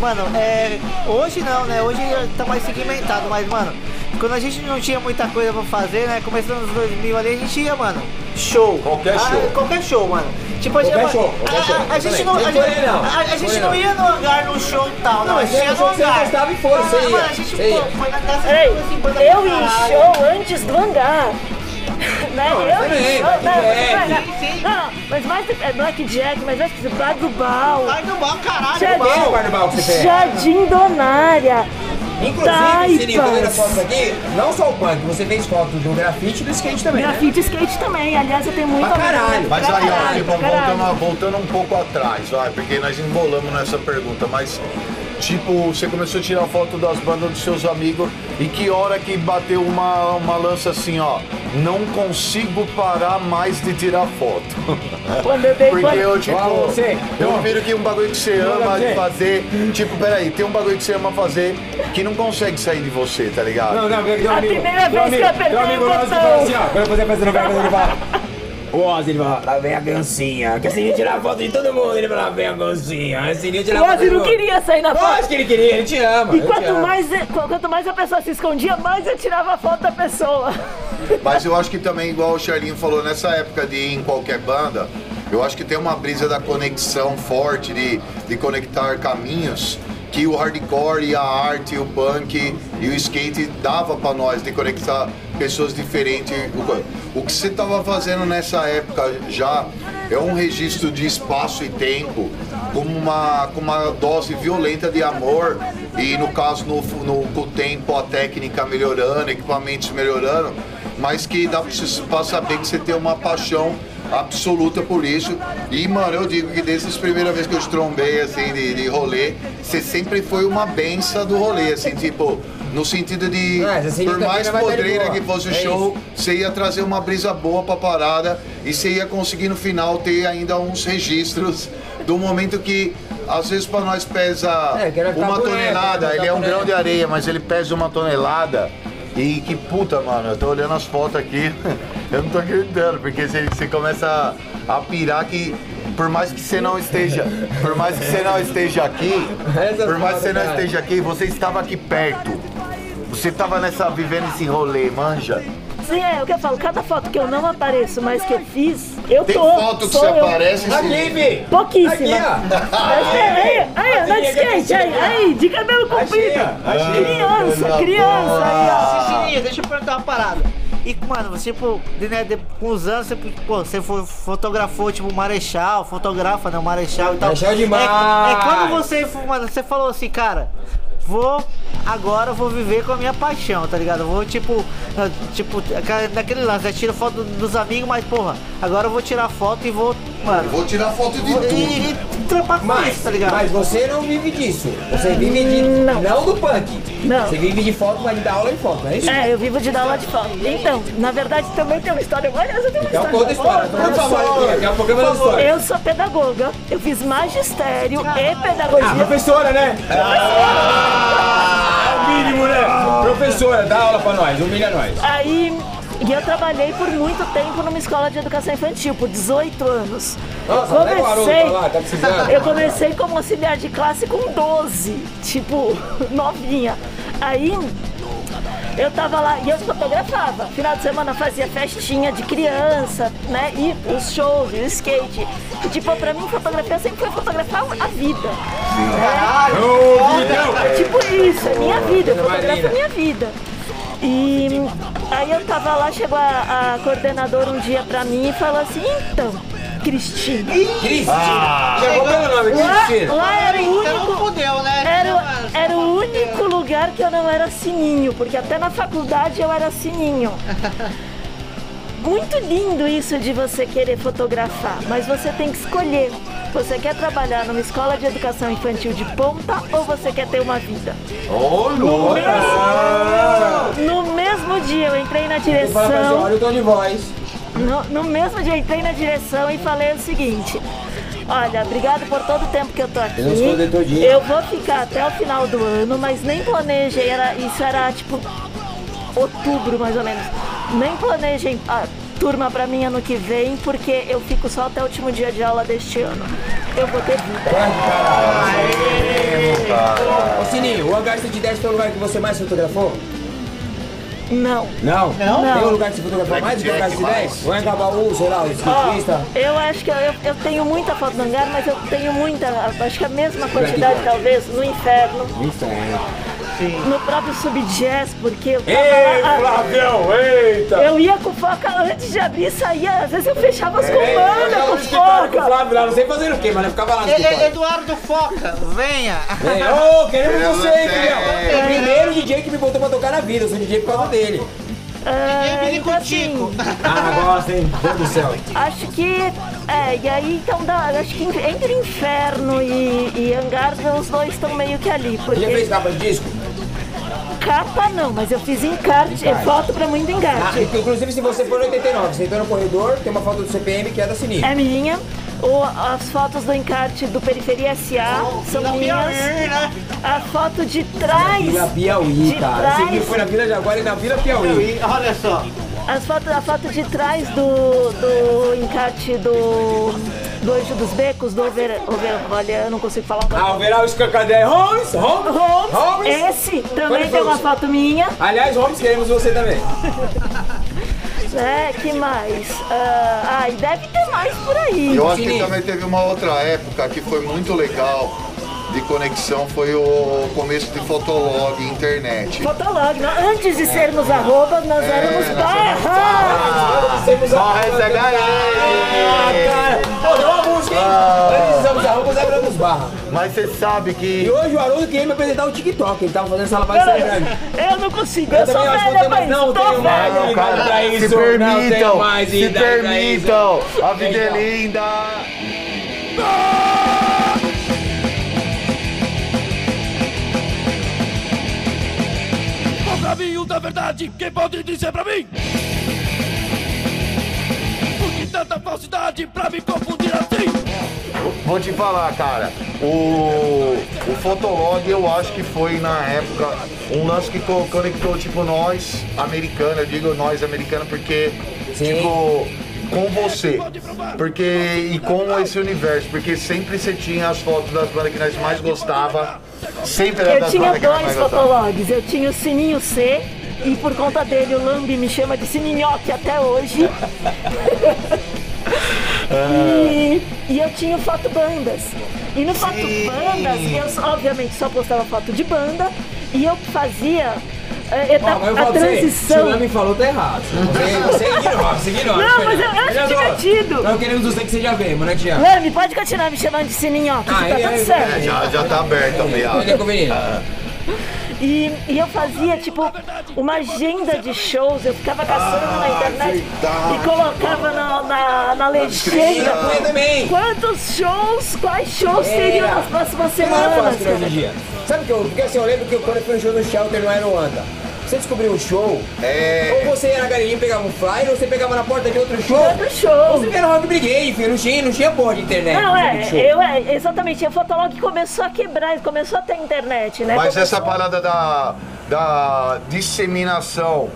S7: mano, é, hoje não, né? Hoje tá mais segmentado, mas, mano, quando a gente não tinha muita coisa pra fazer, né? Começando nos 2000 ali, a gente ia, mano, show. Ah,
S10: Qualquer show.
S7: Qualquer show, mano. Tipo, a gente-
S3: Qualquer
S7: mano,
S3: show, qualquer
S7: a- a-
S3: show,
S7: A gente não, a
S3: exatamente.
S7: gente-
S3: Não escolhe não,
S7: a- a
S3: escolhe
S7: gente não
S3: não.
S7: ia no hangar, no show e tal, não.
S3: Não,
S7: a gente
S3: você
S7: ia no
S3: achou que você
S7: hangar. Ah,
S3: gostava e foda, você
S7: Mano,
S3: ia,
S7: a gente,
S3: você
S7: pô,
S3: ia.
S7: foi na casa
S5: Ei,
S7: de 50
S5: eu ia em
S7: caralho.
S5: show antes do hangar. Né? eu ia
S3: também,
S5: em show, não,
S3: Blackjack.
S5: não, não, não, mas mais é Blackjack, mas acho que Bar do Bal,
S7: Vai no bar, caralho,
S5: Tchau,
S7: no
S3: Quem
S7: bar.
S3: é o carnaval que você tá pega?
S5: Jardim Donária.
S3: Inclusive, Sininho, tô vendo as
S5: Taipas.
S3: fotos aqui, não só o punk, você fez fotos do grafite e do skate também, né?
S5: Grafite skate também, aliás, eu tenho muito
S3: Pra
S5: amigo.
S3: caralho.
S4: Mas
S5: Pra
S4: aí, ó,
S5: caralho,
S4: tipo,
S5: pra caralho.
S4: voltando, voltando um pouco atrás, vai, porque nós embolamos nessa pergunta, mas tipo, você começou a tirar foto das bandas dos seus amigos e que hora que bateu uma, uma lança assim, ó, não consigo parar mais de tirar foto.
S5: Quando eu dei
S4: Porque
S5: quando-
S4: eu, tipo,
S3: Fala você.
S4: eu viro que um bagulho que você ama
S3: você.
S4: de fazer, tipo, peraí, tem um bagulho que você ama fazer que não consegue sair de você, tá ligado?
S3: Não, não, tem um
S5: A
S3: amigo. tem
S5: primeira
S3: um
S5: vez que eu
S3: amigo- tem um
S5: apertei
S3: amigo
S5: o
S3: nosso que
S5: botão.
S3: fala assim, ó, quando eu fazia festa no verão, ele fala... O Ozzy, ele fala, lá vem a gancinha. Que assim, Sininho tirar foto de todo mundo. Ele fala, lá vem a assim, gancinha. Sininho tirar
S5: O
S3: foto de
S5: Ozzy não
S3: todo mundo.
S5: queria sair na foto.
S3: Lógico que ele queria, ele te ama.
S5: E
S3: ele te
S5: quanto
S3: ama.
S5: mais, quanto mais a pessoa se escondia, mais eu tirava a foto da pessoa.
S4: Mas eu acho que também, igual o Charlinho falou, nessa época de ir em qualquer banda, eu acho que tem uma brisa da conexão forte, de, de conectar caminhos, que o hardcore e a arte, e o punk e o skate dava pra nós, de conectar pessoas diferentes. O co- O que você tava fazendo nessa época já é um registro de espaço e tempo, com uma, com uma dose violenta de amor e no caso no, fu- no, com o tempo a técnica melhorando, equipamentos melhorando, mas que dá pra você- pra saber que você tem uma paixão absoluta por isso. E, mano, eu digo que desde as primeiras vezes que eu te trombei, assim, de, de rolê, você sempre foi uma benção do rolê, assim, tipo, no sentido de,
S3: É, você sempre
S4: por mais
S3: também vai dar de
S4: podreira
S3: boa.
S4: que fosse o
S3: É
S4: show, você ia trazer uma brisa boa pra parada e você ia conseguir no final ter ainda uns registros do momento que, às vezes, pra nós pesa
S3: É, que era
S4: uma
S3: tabuleiro,
S4: tonelada,
S3: era
S4: ele é um
S3: tabuleiro.
S4: grão de
S10: areia, mas ele pesa uma tonelada. E que puta, mano, eu tô olhando as fotos aqui, eu não tô acreditando, porque você, você começa a, a pirar que por mais que você não esteja, por mais que você não esteja aqui,
S3: Essas
S10: por mais que você não
S3: fotos, cara.
S10: esteja aqui, você estava aqui perto. Você estava nessa vivendo esse rolê, manja.
S5: Sim, é o que eu falo, cada foto que eu não apareço, mas que eu fiz, eu
S4: Tem
S5: tô.
S4: foto que
S5: sou
S4: você
S5: eu.
S4: aparece
S3: Tá Aqui,
S4: assim.
S3: Vi!
S5: Pouquíssima.
S3: Aqui, ó!
S5: Mas peraí, aí, anda tá de skate, aí, aí, de cabelo comprido.
S3: achei.
S5: Criança, criança, aí, ó.
S7: Cicirinha, deixa eu perguntar uma parada. E, mano, você, pô, de- né, de- com os anos, você, pô, você fo- fotografou, tipo, Marechal, fotografa, né, o Marechal e tal.
S3: Marechal
S7: É-
S3: demais!
S7: É, quando você, fo- mano, você falou assim, cara, vou, agora eu vou viver com a minha paixão, tá ligado? Eu vou, tipo, na- tipo, aquela- naquele lance, né, tiro foto do- dos amigos, mas, porra, agora eu vou tirar foto e vou, mano,
S4: Vou tirar foto de
S7: vou-
S4: tudo.
S7: e, e trampar com
S3: Mas,
S7: isso, tá ligado?
S3: mas você não vive disso. Você vive de. Não,
S5: Não.
S3: do punk.
S5: Não.
S3: Você vive de foto, mas de dar aula em foto, não é isso?
S5: É, eu vivo de dar aula de foto. Então, na verdade, também tem uma história. Olha, eu tenho uma
S3: Então
S5: história.
S3: conta a história, por
S5: Eu sou-
S3: favor. É o programa da história.
S5: Eu sou pedagoga, eu fiz magistério e
S3: Ah,
S5: pedagogia.
S3: professora, né? Ah, é o mínimo, né? Professora, dá aula pra nós, humilha nós.
S5: Aí, e eu trabalhei por muito tempo numa escola de educação infantil, por 18 anos.
S3: Nossa,
S5: eu
S3: leva o Haroldo
S5: comecei,
S3: pra lá, tá precisando.
S5: é eu comecei como auxiliar de classe com 12, tipo, novinha. Aí eu tava lá e eu fotografava. Final de semana fazia festinha de criança, né? E os shows, e o skate. E, tipo, pra mim fotografia sempre foi fotografar a vida. É tipo isso, é minha vida, eu fotografo a minha vida. E aí eu tava lá, chegou a, a coordenadora um dia pra mim e falou assim, então, Cristina,
S3: Cristina! Chegou pelo nome,
S5: lá,
S3: Cristina!
S5: lá era o único.
S7: fudeu, né?
S5: Era, o- era o único lugar que eu não era sininho, porque até na faculdade eu era sininho. Muito lindo isso de você querer fotografar, mas você tem que escolher. Você quer trabalhar numa escola de educação infantil de ponta ou você quer ter uma vida?
S10: Ô, louco!
S5: No mesmo dia eu entrei na
S3: Ele fala pra você,
S5: direção.
S3: olha o tom de voz.
S5: No, no mesmo dia eu entrei na direção e falei o seguinte. Olha, obrigado por todo o tempo que eu tô aqui.
S3: Eu sou de todinho.
S5: Eu vou ficar até o final do ano, mas nem planejei, era, isso era tipo outubro mais ou menos. Nem planejei a turma pra mim ano que vem, porque eu fico só até o último dia de aula deste ano. Eu vou ter vida.
S3: Ô, Sininho, o Hangar 110 foi o lugar que você mais fotografou?
S5: Não.
S3: Não.
S5: Não?
S3: Tem um lugar que você fotografou mais do que o Hangar 110? O Engabaú, sei lá, o
S5: Ó,
S3: skatista.
S5: eu acho que eu, eu- eu tenho muita foto no hangar, mas eu tenho muita, acho que a mesma quantidade talvez no inferno,
S3: Ah.
S5: no próprio subjazz, porque eu tava
S3: Ei,
S5: lá- ah,
S3: Flavião, eita!
S5: eu ia com foca antes de abrir, saía, às vezes eu fechava as
S3: Ei, eu
S5: comandas
S3: tava
S5: com
S3: no escritório com o
S5: foca.
S3: Flávio lá, não sei fazer o quê, mas eu ficava lá no escritório.
S7: Eduardo Foca, venha!
S3: Ei, Ô, queremos você, hein,
S4: Eu não
S3: Flavião?
S4: sei.
S3: É o primeiro DJ que me botou pra tocar na vida, eu sou DJ por causa dele.
S5: Ah, então, assim,
S3: Ah, gosta, hein? Deus do céu.
S5: acho que, é, e aí então dá, acho que entre inferno e, e hangar, os dois estão meio que
S3: Você
S5: ali,
S3: já
S5: porque
S3: fez capa de disco?
S5: capa não, mas eu fiz encarte,
S3: Encarte.
S5: foto pra muito
S3: Ah,
S5: encarte.
S3: inclusive, se você for no 89, você entrou no corredor, tem uma foto do CPM que é da Sininho.
S5: É minha. O- as fotos do encarte do Periferia SA
S3: Oh,
S5: são minhas. A foto de trás.
S3: Vila Piauí,
S5: de
S3: cara. Você
S5: Trás,
S3: viu, foi na Vila Jaguar e na Vila Piauí.
S7: Olha só,
S5: as foto, a foto de trás do, do encarte do, do Anjo dos Becos, do Over, Over- Olha, eu não consigo falar o nome.
S3: Ah, o Veral Escacadé. Holmes, Holmes,
S5: Holmes,
S3: Holmes.
S5: esse também
S3: Olha,
S5: tem uma
S3: Holmes.
S5: foto minha.
S3: Aliás, Holmes, queremos você também.
S5: É, que mais? Ah, ai, deve ter mais por aí.
S4: Eu acho que
S3: Sininho.
S4: também teve uma outra época que foi muito legal,
S11: de conexão foi o começo de Fotolog, internet.
S5: Fotolog, nós- antes de sermos arroba, nós
S3: É,
S5: éramos barra!
S3: Temos Ah,
S4: Barras é galera.
S3: cara! Pô, deu uma música, hein? Antes de sermos arroba, nós éramos barra.
S4: Mas você sabe
S3: E
S4: que.
S3: hoje o Haroldo queria me apresentar o TikTok, ele tava fazendo essa lavagem
S5: Peraí,
S3: sangrante.
S5: Eu não consigo, eu, sou
S3: também acho que
S5: velha
S3: eu
S5: pra
S3: tenho-
S5: isso,
S3: não,
S5: tô
S3: tenho mais.
S5: velha!
S4: Ah, Não, cara,
S3: Pra isso,
S4: se
S3: não tenho
S4: permitam,
S3: mais
S4: se
S3: idade pra
S4: permitam, a vida é
S3: Legal.
S4: linda.
S6: Bom caminho da verdade, quem pode dizer pra mim? Por que tanta falsidade pra me confundir assim?
S4: Vou te falar, cara, o, o Fotolog eu acho que foi na época um lance que co- conectou, tipo, nós, americana, eu digo nós, americana, porque,
S3: Sim.
S4: tipo, com você, porque, e com esse universo, porque sempre você tinha as fotos das bandas que nós mais gostava, sempre era
S3: Tá,
S5: Eu
S4: das
S5: tinha
S4: bandas que nós
S5: dois
S4: mais gostava.
S5: fotologs, eu tinha o Sininho C e por conta dele o Lambi me chama de Sininhoque até hoje. e, e eu tinha o Foto Bandas. E no Foto Bandas, eu obviamente só postava foto de banda e eu fazia eh,
S3: Ó, mas eu
S5: etapa- a
S3: falo pra você, se o
S5: transição.
S3: Lame falou, tá errado. Você, você ignora, você ignora.
S5: Não, mas eu- eu acho
S3: Vereador,
S5: divertido.
S3: Nós queremos você que seja bem, mas não adianta.
S5: Lambi, pode continuar me chamando de Sininhoque,
S3: Ah,
S5: que tá
S3: é,
S5: tudo
S3: é,
S5: certo.
S3: é,
S4: Já, já tá aberto a
S3: Ele
S4: piada.
S3: é conveniente.
S5: E, e eu fazia, tipo, uma agenda de shows, eu ficava caçando na internet e colocava na, na, na
S3: E a
S5: legenda
S3: Cunha também.
S5: quantos shows, quais shows seriam nas próximas
S3: Não é
S5: semanas.
S3: fácil hoje em dia. Sabe que eu, porque assim, eu lembro que quando eu fui no show no Shelter no Aeroanda, você descobriu um show,
S11: É.
S3: ou você ia na galeria e pegava um flyer, ou você pegava na porta de outro show.
S5: cara. Quantos shows.
S3: Você via no Rock Brigade, filho, não tinha, não tinha porra de internet.
S5: Não,
S3: de
S5: é,
S3: show.
S5: eu, é, exatamente, a Fotolog começou a quebrar, começou a ter internet, né?
S4: Mas
S5: Começou-
S4: essa parada da, da disseminação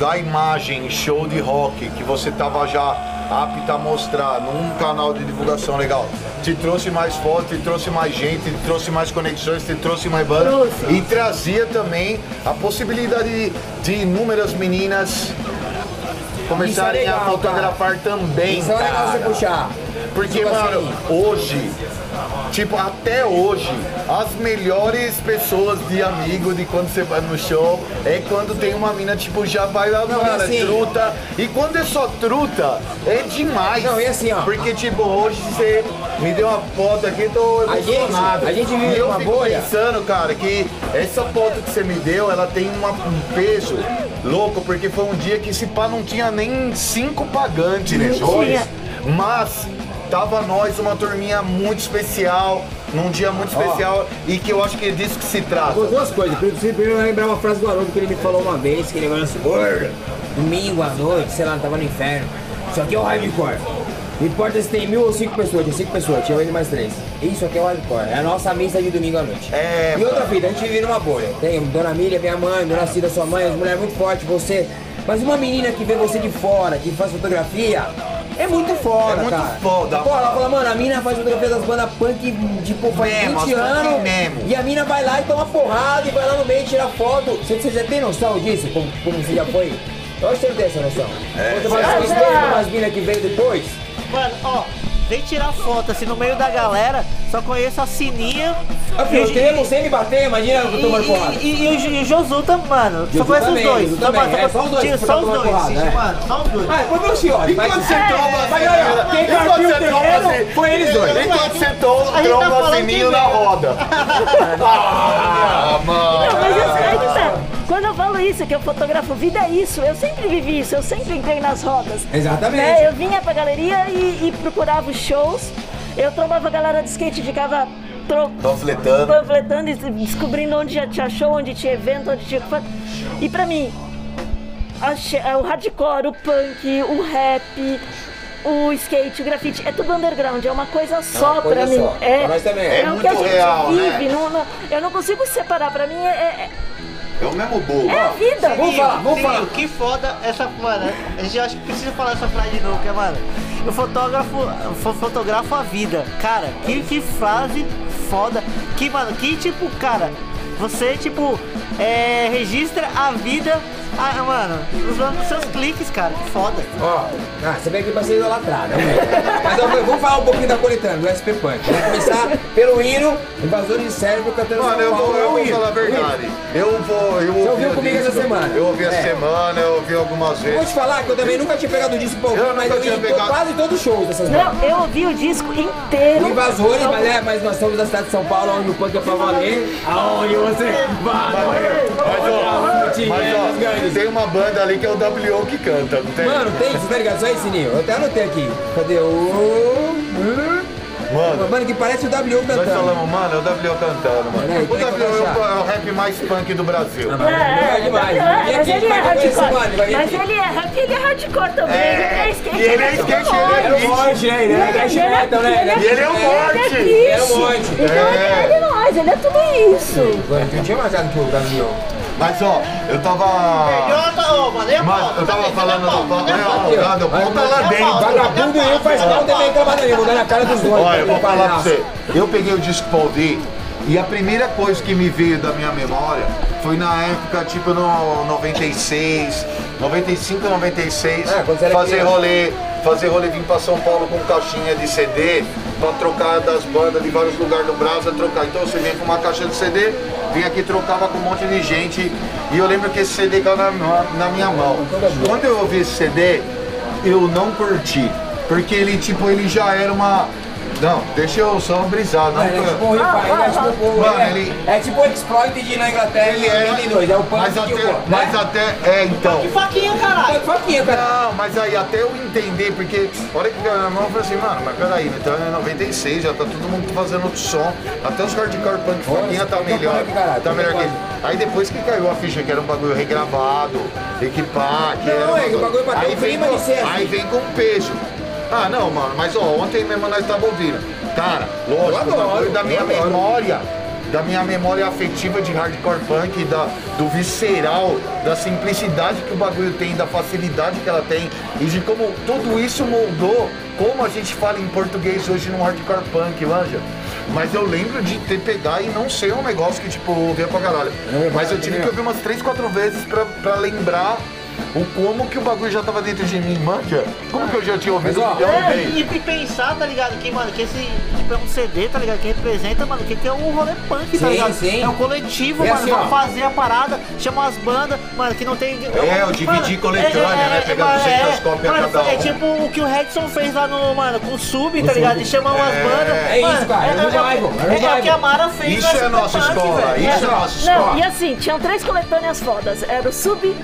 S4: da imagem em show de rock que você tava já apta a mostrar num canal de divulgação legal, te trouxe mais fotos, te trouxe mais gente, te trouxe mais conexões, te trouxe mais banda
S5: Trouxe.
S4: e trazia também a possibilidade de, de inúmeras meninas começarem
S3: é legal,
S4: a
S3: cara.
S4: fotografar também.
S3: Isso é legal você
S4: cara.
S3: puxar.
S4: Porque,
S3: Tipo
S4: mano,
S3: assim,
S4: hoje, tipo, até hoje, as melhores pessoas de amigo de quando você vai no show é quando tem uma mina, tipo, já vai lá,
S3: Não, e
S4: cara,
S3: assim-
S4: truta. E quando é só truta, é demais.
S3: Não, e assim, ó.
S4: Porque, tipo, hoje você me deu uma foto aqui, tô
S3: A gente-
S4: emocionado.
S3: a gente vive
S4: e eu
S3: numa
S4: fico
S3: bolha.
S4: pensando, cara, que essa foto que você me deu, ela tem uma- um peso louco, porque foi um dia que esse pá não tinha nem cinco pagantes nesse
S5: Não
S4: rolê.
S5: tinha.
S4: Mas tava nós uma turminha muito especial, num dia muito especial e que eu acho que é disso que se
S3: Duas-
S4: trata.
S3: Duas coisas. Primeiro, eu lembrar uma frase do Haroldo que ele me falou uma vez, que ele falou assim, "Gordo, domingo à noite, sei lá, tava no inferno. Isso aqui é o hardcore. Não importa se tem mil ou cinco pessoas, tinha cinco pessoas, tinha ele mais três. Isso aqui é o hardcore, é a nossa missa de domingo à noite.
S4: É,
S3: E outra fita, a gente vive numa bolha. Tem Dona Milha, minha mãe, Dona Cida, sua mãe, as mulheres muito fortes, você. Mas uma menina que vê você de fora, que faz fotografia, é muito foda,
S4: É muito
S3: cara.
S4: foda.
S3: Pô, ela fala, mano, a mina faz fotografia das bandas punk, tipo, faz
S4: É,
S3: 20
S4: mostra
S3: anos.
S4: aqui mesmo.
S3: E a mina vai lá e toma porrada e vai lá no meio e tira foto. Você, você já tem noção disso? Como, como você já foi? Eu acho que você tem essa noção.
S4: É.
S3: Quando você faz
S5: certo.
S3: respeito umas minas que veio depois,
S7: Mano, ó, vem tirar foto assim no meio da galera, só conheço a Sininha.
S3: ah, filho, eu tenho sem me bater, imagina eu
S7: E,
S3: tomando porrada.
S7: e, e, e o Ju- e o Josu também, mano.
S3: Josu
S7: só conheço
S3: também,
S7: os dois.
S3: Josu também, é, só os dois
S7: Tira,
S3: que
S7: só
S3: tá
S7: os
S3: tomando
S7: dois.
S3: porrada,
S7: sim,
S3: é.
S7: mano, só os dois.
S3: Ah, depois foi o senhor.
S4: Enquanto você tromba,
S3: Mas olha, ó, quem
S4: enquanto
S3: partiu o
S4: você tromba,
S3: terreno
S4: você-
S3: foi eles dois. né?
S4: Enquanto você to-
S7: tá
S4: tromba
S7: falando de
S4: sininho na
S7: merda.
S4: roda.
S11: Ah, mano.
S5: Não, mas eu, aí que tá. Quando eu falo isso, que eu fotografo vida é isso, eu sempre vivi isso, eu sempre entrei nas rodas.
S4: É
S3: Exatamente.
S5: Né, Eu vinha pra galeria e, e procurava os shows, eu trombava a galera de skate, ficava tro...
S4: Panfletando.
S5: panfletando e descobrindo onde já tinha show, onde tinha evento, onde tinha... E pra mim, a che- o hardcore, o punk, o rap... O skate, o grafite, é tudo underground, é uma coisa só
S3: uma coisa
S5: pra mim.
S3: só.
S5: É,
S3: Pra nós também. É
S5: o que a
S4: muito
S5: gente
S4: real, né?
S5: vive. não- não- eu não consigo separar, pra mim é- é,
S11: É o mesmo bolo.
S5: é a vida.
S3: Vamos falar, vamos
S7: Sininho,
S3: falar.
S7: Que foda essa, mano. A gente acha que precisa falar essa frase de novo, que é, mano. Eu fotógrafo, fo- fotografo a vida. Cara, que, que frase foda. Que, mano, que tipo, cara, você, tipo, é, registra a vida Ah, mano, usando seus clipes, cara, que foda.
S3: Ó, ah, você veio aqui pra ser idolatrado. Né? Mas ó, vamos falar um pouquinho da coletânea, do SP Punk. Vamos começar pelo hino, invasor de cérebro cantando
S4: Mano, eu
S3: São Paulo,
S4: vou, eu
S3: é um
S4: vou
S3: hino,
S4: falar a
S3: um hino.
S4: verdade. Eu vou. Eu ouvi
S3: ouviu
S4: o
S3: comigo essa
S4: disco,
S3: semana?
S4: Eu ouvi
S3: É.
S4: essa semana, eu ouvi algumas
S3: Eu Vou te
S4: vezes.
S3: falar que eu também nunca tinha pegado o disco pra ouvir,
S4: Eu nunca
S3: mas eu ia
S4: tinha
S3: em
S4: pegado.
S3: quase todos os shows dessas bandas.
S5: Não, eu ouvi o disco inteiro.
S3: Invasores, mas, é, mas nós somos da cidade de São Paulo, onde o punk é pra valer. Aonde você
S4: é?
S3: vai morrer.
S4: Mas ó, mas ó, tem uma banda ali que é o W.O. que canta, não tem?
S3: Mano, tem isso, tá ligado? Só esse ninho. Eu até anotei aqui. Cadê o.
S10: Mano,
S3: Mano, que parece o W
S10: nós
S3: cantando.
S10: falamos, mano, é o W cantando, mano.
S3: Né,
S4: O
S3: tem que
S4: W.O. é
S3: baixar.
S4: o- é o rap mais punk do Brasil.
S3: É, é, é demais. E
S5: mas
S3: aqui,
S5: ele é
S3: vai conhecer esse
S5: hardcore.
S3: mano, vai vir
S5: Mas
S3: aqui.
S5: ele é, rap- ele é hardcore também. ele é skate.
S4: E ele é
S5: mas
S4: skate,
S5: não
S4: ele é
S3: Era
S5: pode.
S3: um monte, né? Ele
S5: Ele é-
S3: era
S5: ele é-
S3: chicletão, né?
S5: ele
S4: E ele é um
S5: Ele
S4: morte!
S5: é
S3: Era um
S5: isso.
S3: monte.
S5: Então
S4: É.
S5: ele é nós, ele é tudo isso.
S3: Mano, eu tinha marcado que o W.
S4: Mas ó, eu tava. Mas eu tava falando do Paulo. É, ó, cara, o Paulo tá lá dentro.
S3: Vagabundo eu faz mal também reclamar dele. Vou dar na cara dos dois.
S4: Olha, eu vou falar pra
S3: palhaço.
S4: você. Eu peguei o disco pra ouvir e a primeira coisa que me veio da minha memória foi na época, tipo, no 96, 95, 96,
S3: É, quando você era
S4: fazer
S3: criança.
S4: rolê, fazer rolê vir pra São Paulo com caixinha de CD, pra trocar das bandas de vários lugares do Brasil, trocar. Então você vinha com uma caixa de CD, vinha aqui, trocava com um monte de gente. E eu lembro que esse CD caiu na, na minha mão. Quando eu ouvi esse CD, eu não curti. Porque ele, tipo, ele já era uma. Não, deixa eu só brisar, não.
S3: Mano, é tipo o
S4: pra-
S3: Ripa, ele é tipo o-
S4: Mano,
S3: é-
S4: ele-
S3: É tipo o Exploited na Inglaterra
S4: Ele
S3: em
S4: era.
S3: 2002. É o punk
S4: Mas
S3: que eu
S4: até.
S3: gosto,
S4: Mas
S3: né?
S4: até. É, então.
S7: Faquinha, caralho.
S3: É faquinha, cara.
S4: Não, mas aí até eu entender, porque a hora que veio na mão eu falei assim, mano, mas peraí, então é 96, já tá todo mundo fazendo outro som, até os hardcore punk
S3: Olha,
S4: foquinha tá
S3: então
S4: melhor,
S3: punk, caralho,
S4: tá
S3: então
S4: melhor que
S3: punk.
S4: Aí depois que caiu a ficha, que era um bagulho regravado, equipar, que
S3: Não,
S4: era... um
S3: é que o bagulho bateu
S4: aí
S3: o
S4: vem
S3: clima
S4: com,
S3: de ser assim.
S4: Aí vem com peixe. Ah, não, mano, mas ó, ontem mesmo nós tava ouvindo. Cara, lógico, o
S3: adoro,
S4: bagulho da
S3: eu
S4: minha
S3: adoro.
S4: memória, da minha memória afetiva de hardcore punk, da, do visceral, da simplicidade que o bagulho tem, da facilidade que ela tem e de como tudo isso moldou como a gente fala em português hoje no hardcore punk, manja. Mas eu lembro de ter pegar e não ser um negócio que, tipo, eu ouvia pra caralho.
S3: É
S4: Mas eu tive que ouvir umas 3, 4 vezes pra, pra lembrar o como que o bagulho já tava dentro de mim, manja. Como que eu já tinha ouvido
S3: Mas, ó,
S4: um milhão de vezes?
S7: E, e pensar, tá ligado? Que, mano, que esse tipo é um CD, tá ligado? Que representa, mano, que, que é um rolê punk, tá
S3: Sim,
S7: ligado?
S3: sim.
S7: É um coletivo,
S3: É
S7: mano.
S3: assim, ó.
S7: vamos fazer a parada, chamar as bandas, mano, que não tem.
S4: É, eu dividi
S7: Mano, é,
S4: coletânea, né? Pegar
S7: mano,
S4: 200 cópias
S7: mano,
S4: cada
S7: É
S4: um.
S7: tipo o que o Redson fez lá no, mano, com o Sub, tá ligado? E chamar umas bandas.
S3: É
S7: Mano,
S3: isso, cara, é
S7: o-
S3: revival, é
S7: é o que a
S3: revival.
S7: Mara fez
S4: Isso
S7: no
S4: é
S7: SP
S4: nossa
S7: Punk,
S4: escola,
S7: velho.
S4: isso é
S7: É.
S4: nossa
S5: Não, e
S4: escola.
S5: assim, tinham três coletâneas fodas. Era o Sub,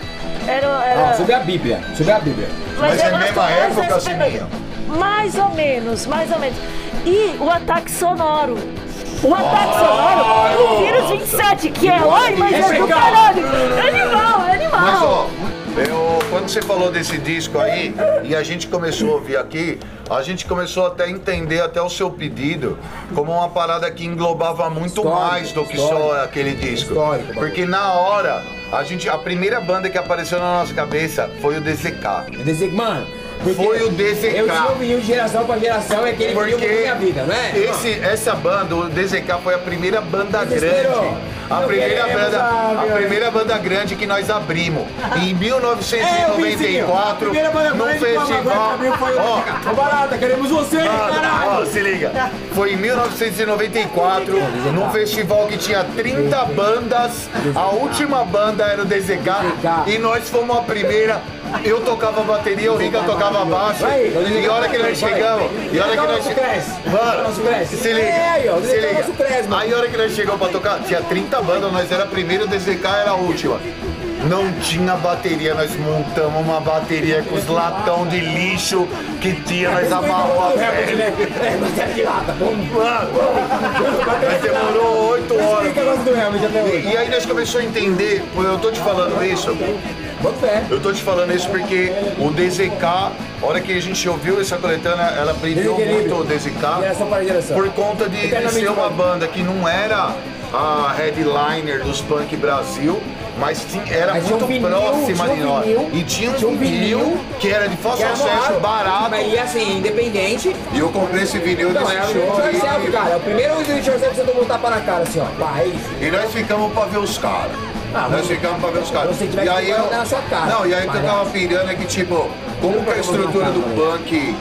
S5: era...
S3: Ó,
S5: era...
S3: Sobre a Bíblia. Sobre a Bíblia.
S4: Mas é
S5: eu gosto
S4: mesma
S5: mais
S4: época,
S5: desse
S4: Sininho?
S5: período. Mais ou menos, mais ou menos. E o ataque sonoro. O ataque sonoro do Vírus 27, que é oi, mas é do
S3: legal.
S5: caralho. É animal, é animal.
S4: Mas ó, eu, quando você falou desse disco aí, e a gente começou a ouvir aqui, a gente começou até a entender até o seu pedido como uma parada que englobava muito
S3: Histórico,
S4: mais do que
S3: histórico.
S4: só aquele disco.
S3: Histórico, bagulho.
S4: Porque na hora, a gente. A primeira banda que apareceu na nossa cabeça foi o DZK.
S3: Eu disse, mano. porque
S4: Foi o DZK.
S3: Eu tinha um vinil de geração pra geração, é aquele vinil
S4: Porque
S3: que mudou minha vida, não é?
S4: esse, essa banda, o DZK, foi a primeira banda
S3: Vocês
S4: grande.
S3: viram?
S4: A
S3: Não
S4: primeira,
S3: queremos
S4: banda,
S3: a-
S4: a primeira banda grande que nós abrimos. Em
S3: É, eu vi, sim, ó.
S4: 1994,
S3: Primeira banda
S4: num
S3: grande que eu
S4: festival.
S3: abriu foi o
S4: Ó,
S3: DZK. Ô, barata, queremos você,
S4: Mano, ó, tá
S3: caralho.
S4: se liga. Foi em 1994,
S3: tá.
S4: num festival que tinha 30 bandas. A última banda era o DZK. E nós fomos a primeira. Eu tocava bateria, o Riga tocava baixo.
S3: Vai, vai,
S4: E olha que nós
S3: vai.
S4: chegamos. E olha que nós
S3: Nosso Cres.
S4: chegamos. Mano,
S3: Nosso Cres.
S4: se liga.
S3: É, aí, ó,
S4: Se
S3: nosso Cres,
S4: liga.
S3: mano.
S4: Aí a hora que nós chegamos pra tocar, tinha 30 bandas, nós era a primeira, o DZK era a última. Não tinha bateria, nós montamos uma bateria com os latão de lixo que tinha, nós amarrou a
S3: É,
S4: pele.
S3: mas é de lata, vamos.
S4: Mas demorou oito horas.
S3: Explica o negócio do Helmet até hoje.
S4: E aí nós começamos a entender, pô, eu tô te falando isso,
S3: Bota fé.
S4: eu tô te falando isso porque o DZK, a hora que a gente ouviu essa coletânea, ela brilhou muito o
S3: é Geração
S4: DZK
S3: para geração.
S4: por conta de, de ser uma banda que não era a headliner dos punk Brasil, mas sim- era
S3: Mas tinha
S4: muito
S3: um vinil,
S4: próxima
S3: tinha um
S4: de nós.
S3: vinil,
S4: E tinha um,
S3: tinha um
S4: vinil,
S3: vinil
S4: que era de
S3: Que
S4: fácil
S3: era
S4: acesso,
S3: é barato.
S4: barato.
S3: Mas e assim, independente.
S4: E eu comprei esse vinil
S3: Não,
S4: desse
S3: é o
S4: show
S3: Jorge Self,
S4: aí.
S3: um cara. É o primeiro Jorge Self que você tem que botar para na cara, assim, ó. Pá, é isso.
S4: E nós ficamos pra ver os caras.
S3: Ah,
S4: Nós
S3: mas-
S4: ficamos pra ver os caras.
S3: Você tiver que
S4: aí
S3: guardar na sua casa,
S4: Não, e aí o que eu tava
S3: palhaço.
S4: pirando é que, tipo, como que a estrutura do
S3: né?
S4: punk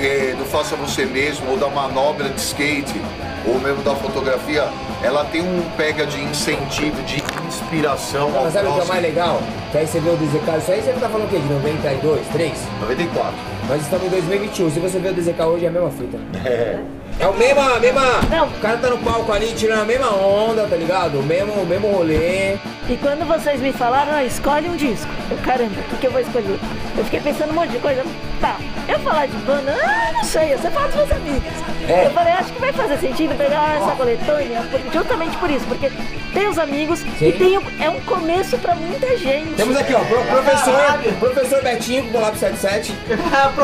S4: eh, do Faça Você Mesmo, ou da manobra de skate, ou mesmo da fotografia, ela tem um pega de incentivo, de inspiração ao
S3: Mas sabe o que é
S4: próximo.
S3: mais legal? Que aí você vê o DZK, isso aí você tá falando o quê? De 92, 3?
S4: 94.
S3: Nós estamos em 2021, se você vê o DZK hoje é a mesma fita. É. o mesmo, a mesma.
S5: Não.
S3: O cara tá no palco ali tirando a mesma onda, tá ligado? O mesmo, o mesmo rolê.
S5: E quando vocês me falaram, ah, escolhe um disco. Eu, caramba, o que, que eu vou escolher? Eu fiquei pensando um monte de coisa. Tá, eu falar de banda, ah, não sei, você fala dos meus amigos.
S3: É.
S5: Eu falei, acho que vai fazer sentido pegar essa coletânea, por- justamente por isso, porque tem os amigos e tem o- é um começo pra muita gente.
S3: Temos aqui, ó, pro- professor, professor Betinho com o Colab 77.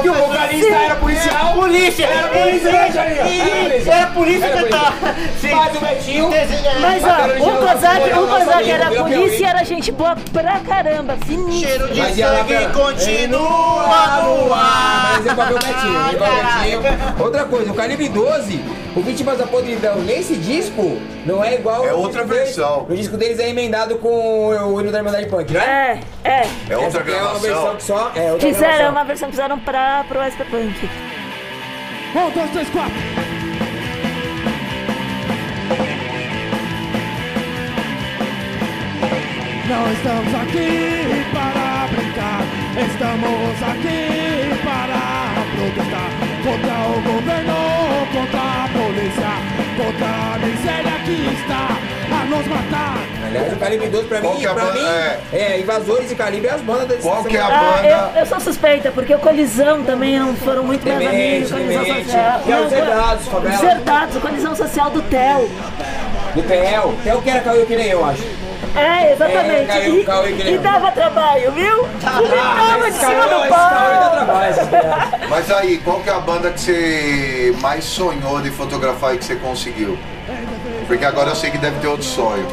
S7: Que o vocalista
S3: era policial.
S7: É, Polícia!
S3: Era polícia, né, Jair? Era polícia.
S7: Era polícia
S3: Era
S7: que
S3: polícia.
S7: tá. Sim.
S3: Mas o Betinho.
S5: Mas
S3: Bacana,
S5: ó, o
S3: Angela,
S5: Kozak,
S3: Angela,
S5: o
S3: nosso
S5: Kozak
S3: amigo,
S5: era
S3: meu
S5: polícia e
S3: Piauí.
S5: era gente boa pra caramba, sinistro.
S7: Cheiro de
S3: Mas e tá a
S7: sangue
S3: Lavera?
S7: continua no ar.
S3: Mas é papel Betinho, é papel Betinho. Outra coisa, o Calibre 12, o Vítimas da Podridão, nesse disco, não é igual...
S4: É
S3: ao
S4: outra
S3: disco deles.
S4: versão.
S3: O disco deles é emendado com o hino da Irmandade Punk, não é?
S5: É, é.
S4: É outra
S3: Essa aqui É uma versão
S4: gravação.
S3: que só... É outra
S5: Fizeram
S3: gravação.
S5: uma versão que fizeram pra, pro SP Punk.
S6: Um, dois, três, quatro. Não estamos aqui para brincar, estamos aqui para protestar contra o governo, contra a polícia, contra a miséria que está a nos matar.
S3: Aliás, o Calibre 12, pra
S4: Qual
S3: mim,
S4: que é a
S3: pra
S4: banda?
S3: mim é. Invasores e Calibre é as bandas desse
S4: Qual que é a
S5: Ah,
S4: banda?
S5: eu, eu sou suspeita, porque o Colisão também não foram muito meus amigos.
S3: Demente,
S5: Colisão
S3: Demente.
S5: Social.
S3: E é os
S5: Não,
S3: Zerdados, favela.
S5: Zerdados, o Colisão Social do Theo.
S3: Do PL. Theo é que era Cauê que nem eu, acho.
S5: É, exatamente.
S3: É, caiu-
S5: e,
S3: caiu em
S5: e
S3: Guilherme.
S5: dava trabalho, viu? Vomitava de
S3: Tá, Ah, esse
S5: cima
S3: Cauê-
S5: do
S3: esse Cauê dá
S5: pau.
S3: trabalho, essa piada.
S4: Mas aí, qual que é a banda que você mais sonhou de fotografar e que você conseguiu?
S5: É,
S4: Porque agora eu sei que deve ter outro sonho.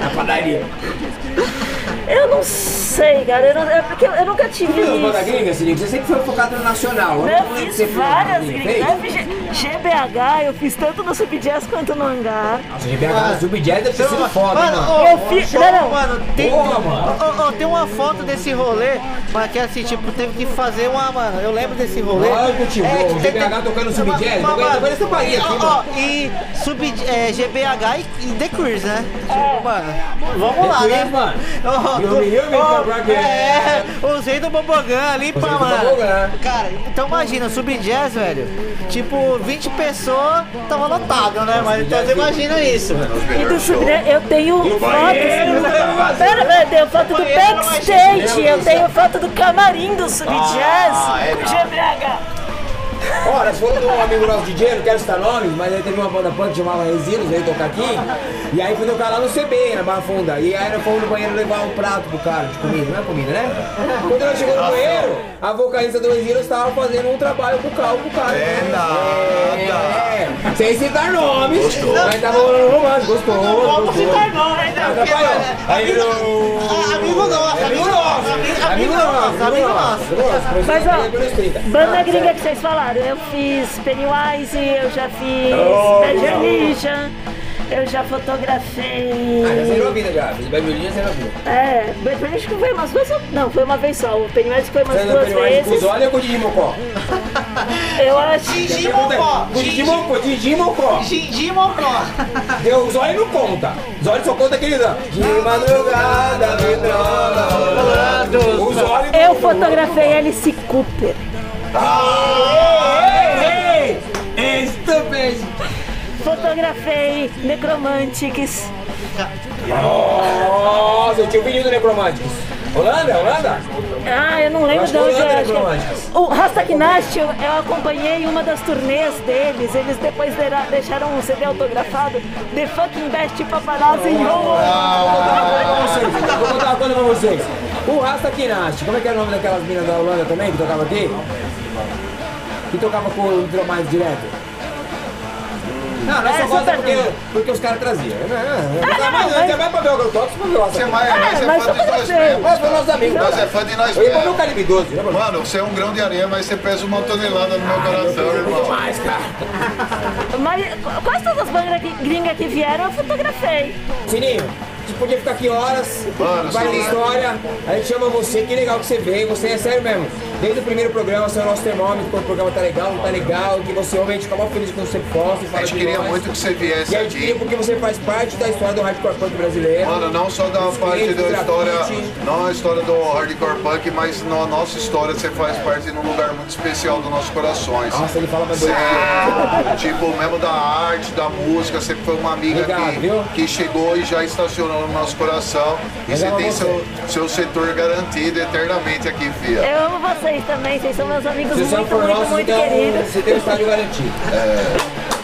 S3: Na padaria.
S5: Eu não sei, cara. Eu, não- é porque eu, eu nunca tive
S3: Viu, banda
S5: isso.
S3: gringa, Sininho? Você sempre foi focado no nacional. Eu não
S5: Eu
S3: lembro que você
S5: fiz
S3: fez
S5: várias
S3: banda
S5: gringas. Né,
S3: fez?
S5: FG GBH, eu fiz tanto no Subjazz quanto no Hangar.
S3: Nossa, GBH, Subjazz deve ter sido foda, hein,
S7: Então, Mano,
S3: mano.
S7: ó,
S5: Eu fi-
S7: só-
S5: não, não.
S7: mano, tem, um-
S3: Porra, mano.
S7: ó, ó, tem uma foto desse rolê, mas que assim, tipo, teve que fazer uma, mano, eu lembro desse rolê.
S3: Lógico, tio, o
S7: que tem-
S3: GBH tocando sub
S7: Mas-
S3: jazz,
S7: mas,
S3: tocando-
S7: mano,
S3: tocando essa Bahia aqui,
S7: ó,
S3: mano.
S7: ó, E sub, é, GBH e, e The Cruise, né? Tipo, mano, vamos lá,
S3: Cruise,
S7: né?
S3: mano.
S7: Ó,
S3: E o
S7: do-
S3: menino vem
S7: ó,
S3: pra cá.
S7: É, usei do Bobogan ali, pá,
S3: do é.
S7: mano.
S3: Bobogan.
S7: Cara, então imagina, sub jazz, velho, tipo, 20 pessoas, tava lotado, né, mano? Então você imagina
S3: é
S7: isso, mano.
S5: E do Subjazz, eu tenho fotos. Pera, velho, eu tenho foto do
S7: banheiro era mais
S5: backstage. Eu tenho foto do camarim do
S3: Ah,
S5: Subjazz.
S4: é
S5: com GBH.
S3: Ora, se for de um amigo nosso DJ, não quero citar nomes, mas aí teve uma banda punk que chamava Resilos, veio tocar aqui. E aí foi tocar lá no CB, na Barra Funda. E aí nós fomos no banheiro levar um prato pro cara de comida, não é comida, né? Quando nós chegou no banheiro, a vocalista do Resilos estava fazendo um trabalho bucal pro cara.
S10: É nada.
S3: É, Sem citar nomes, mas tava rolando um romance, gostoso.
S7: Vamos
S3: gostoso.
S7: citar nome, né? Porque,
S3: Atrapalhou.
S7: mano,
S3: Aí
S7: amigo-
S3: eu-
S7: Ah, Amigo nosso,
S3: Amigo nosso,
S7: Amigo nosso, amigo nosso.
S5: Mas ó, banda gringa que
S3: que
S5: vocês falaram, eu fiz Pennywise, eu já fiz
S3: Oh,
S5: Bad
S3: não.
S5: Religion, eu já fotografei.
S3: Ah, já zerou a vida já. Fiz Babylonia, zerou a vida.
S5: É, Bad Religion que foi umas duas. Não, foi uma vez só. O Pennywise foi umas
S3: Fernando
S5: duas
S3: Pennywise com os
S5: vezes.
S3: olhos ou com o Didi Mocó?
S5: Eu acho.
S7: Gigi Mocó.
S3: Com o Didi Mocó, Didi Mocó.
S7: Gigi Mocó.
S3: Deu, os olhos não conta. Os olhos só conta aquele dan. De madrugada, me droga. Os olhos não
S5: Eu fotografei Alice Cooper.
S3: Ei, ei, Estupendo.
S5: Fotografei Necromantics.
S3: Nossa, eu tinha o vídeo do Necromantics. Holanda, Holanda?
S5: Ah, eu não lembro
S3: acho
S5: de
S3: que
S5: onde
S3: eu
S5: eu
S3: lembro,
S5: acho.
S3: Necromantics.
S5: que- é O Rastaknast, eu, eu acompanhei uma das turnês deles. Eles depois dera- deixaram um CD autografado. The Fucking Best Paparazzi in
S3: Vou
S5: Hollywood.
S3: contar uma coisa pra vocês, Vou contar uma coisa pra vocês. O Rasta Kinast, como é que é o nome daquelas minas da Holanda também que tocava aqui? Que tocava com o Hidromais direto? Não, nós
S5: Essa
S3: só
S5: eu
S3: gosta porque,
S5: pergunto.
S3: porque os caras traziam. É, Não, não, não.
S5: Ah,
S3: Mas
S5: não, mas-
S3: Você vai pra ver o Agrotóxico pra ver o
S4: Você
S3: Rasta
S4: é mais, nós é
S5: Ah, mas
S4: fã
S5: só
S4: de
S5: pra
S4: nós
S5: você.
S4: mesmos.
S3: Mas foi nosso amigo.
S4: Nós é fã de nós
S3: Eu ia pra ver o
S4: mesmos.
S3: Calibre 12, né, mano?
S4: Mano, você é um grão de areia, mas você pesa uma tonelada no meu coração, irmão.
S3: Mas, cara.
S5: Mas qu- quase todas as bandas que- gringas que vieram eu fotografei.
S3: Sininho, A gente podia ficar aqui horas,
S4: Mano,
S3: várias
S4: sim.
S3: histórias. A gente chama você, que legal que você veio. Você é sério mesmo. Desde o primeiro programa, você é o nosso termômetro, quando o programa tá legal, não tá legal, que você ouve, a gente fica mó feliz quando você posta e fala
S4: A gente
S3: de
S4: queria
S3: nós.
S4: muito que você viesse
S3: E a gente
S4: aqui.
S3: queria porque você faz parte da história do hardcore punk brasileiro.
S4: Mano, não só da
S3: Dos
S4: parte
S3: clientes,
S4: da
S3: do
S4: história,
S3: grafite.
S4: não a história do hardcore punk, mas na nossa história você faz parte de um lugar muito especial dos nossos corações.
S3: Nossa, ele fala mais
S4: Você,
S3: bonito.
S4: tipo, mesmo da arte, da música, você foi uma amiga
S3: Obrigado, viu?
S4: que, que chegou e já estacionou no nosso coração. E você
S3: Obrigado a
S4: tem
S3: você.
S4: seu, seu setor garantido eternamente aqui, Fia.
S5: Eu amo vocês também, vocês são meus amigos
S3: Se você não
S5: muito,
S3: for
S5: muito,
S3: nosso,
S5: muito
S3: então
S5: queridos.
S3: você tem o estádio garantido.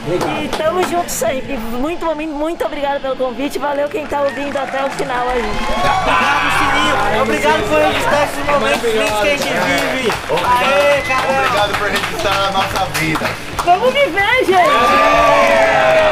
S3: Obrigado.
S5: E tamo junto sempre. Muito, muito obrigado pelo convite. Valeu quem tá ouvindo até o final aí.
S7: Obrigado, Sininho. Obrigado por registrar esses momentos lindos que a gente vive. Aê, caramba.
S4: Obrigado por registrar a nossa vida.
S5: Vamos viver, gente!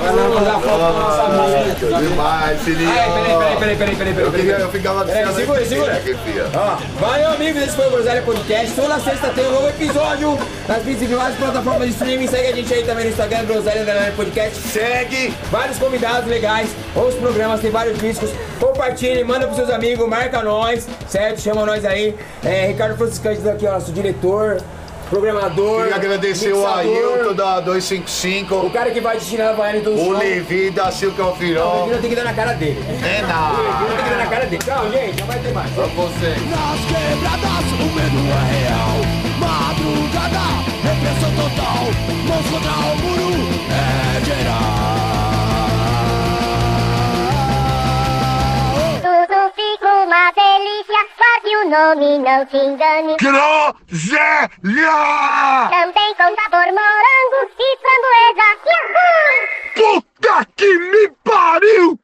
S3: Vai lá mandar a foto pra nossa amiga.
S4: Demais, Sininho.
S3: Ai, peraí, peraí, peraí, peraí, peraí,
S4: Eu
S3: peraí,
S4: queria,
S3: peraí.
S4: eu ficava
S3: Peraí,
S4: viciado
S3: segura,
S4: nesse
S3: segura.
S4: vídeo né, aqui, Fia.
S3: Ó, valeu, amigos. Esse foi o Groselha Podcast. Toda sexta tem um novo episódio nas principais plataformas de streaming. Segue a gente aí também no Instagram, Groselha Underline Podcast.
S4: Segue!
S3: Vários convidados legais, os programas, tem vários discos. Compartilhe, manda pros seus amigos, marca nós, certo? Chama nós aí. É, Ricardo Franciscantes aqui, ó, nosso diretor, programador.
S4: Queria agradecer o
S3: mixador,
S4: Ailton da
S3: O
S4: 255,
S3: cara que vai destinar a Baiana do
S4: o
S3: show.
S4: Levi da Silca
S3: O
S4: Alfirão.
S3: Levi tem que dar na cara dele.
S4: É nada.
S3: Tem que dar na cara dele. Tchau, gente. Não vai ter mais.
S4: Pra você.
S6: Nas quebradas o medo é real Madrugada, repressão total Mãos contra o muro é geral
S1: Tudo fica uma delícia, guarde o nome, não se engane.
S2: Groselha!
S1: Também com sabor morango e framboesa. Yahoo!
S2: Puta que me pariu!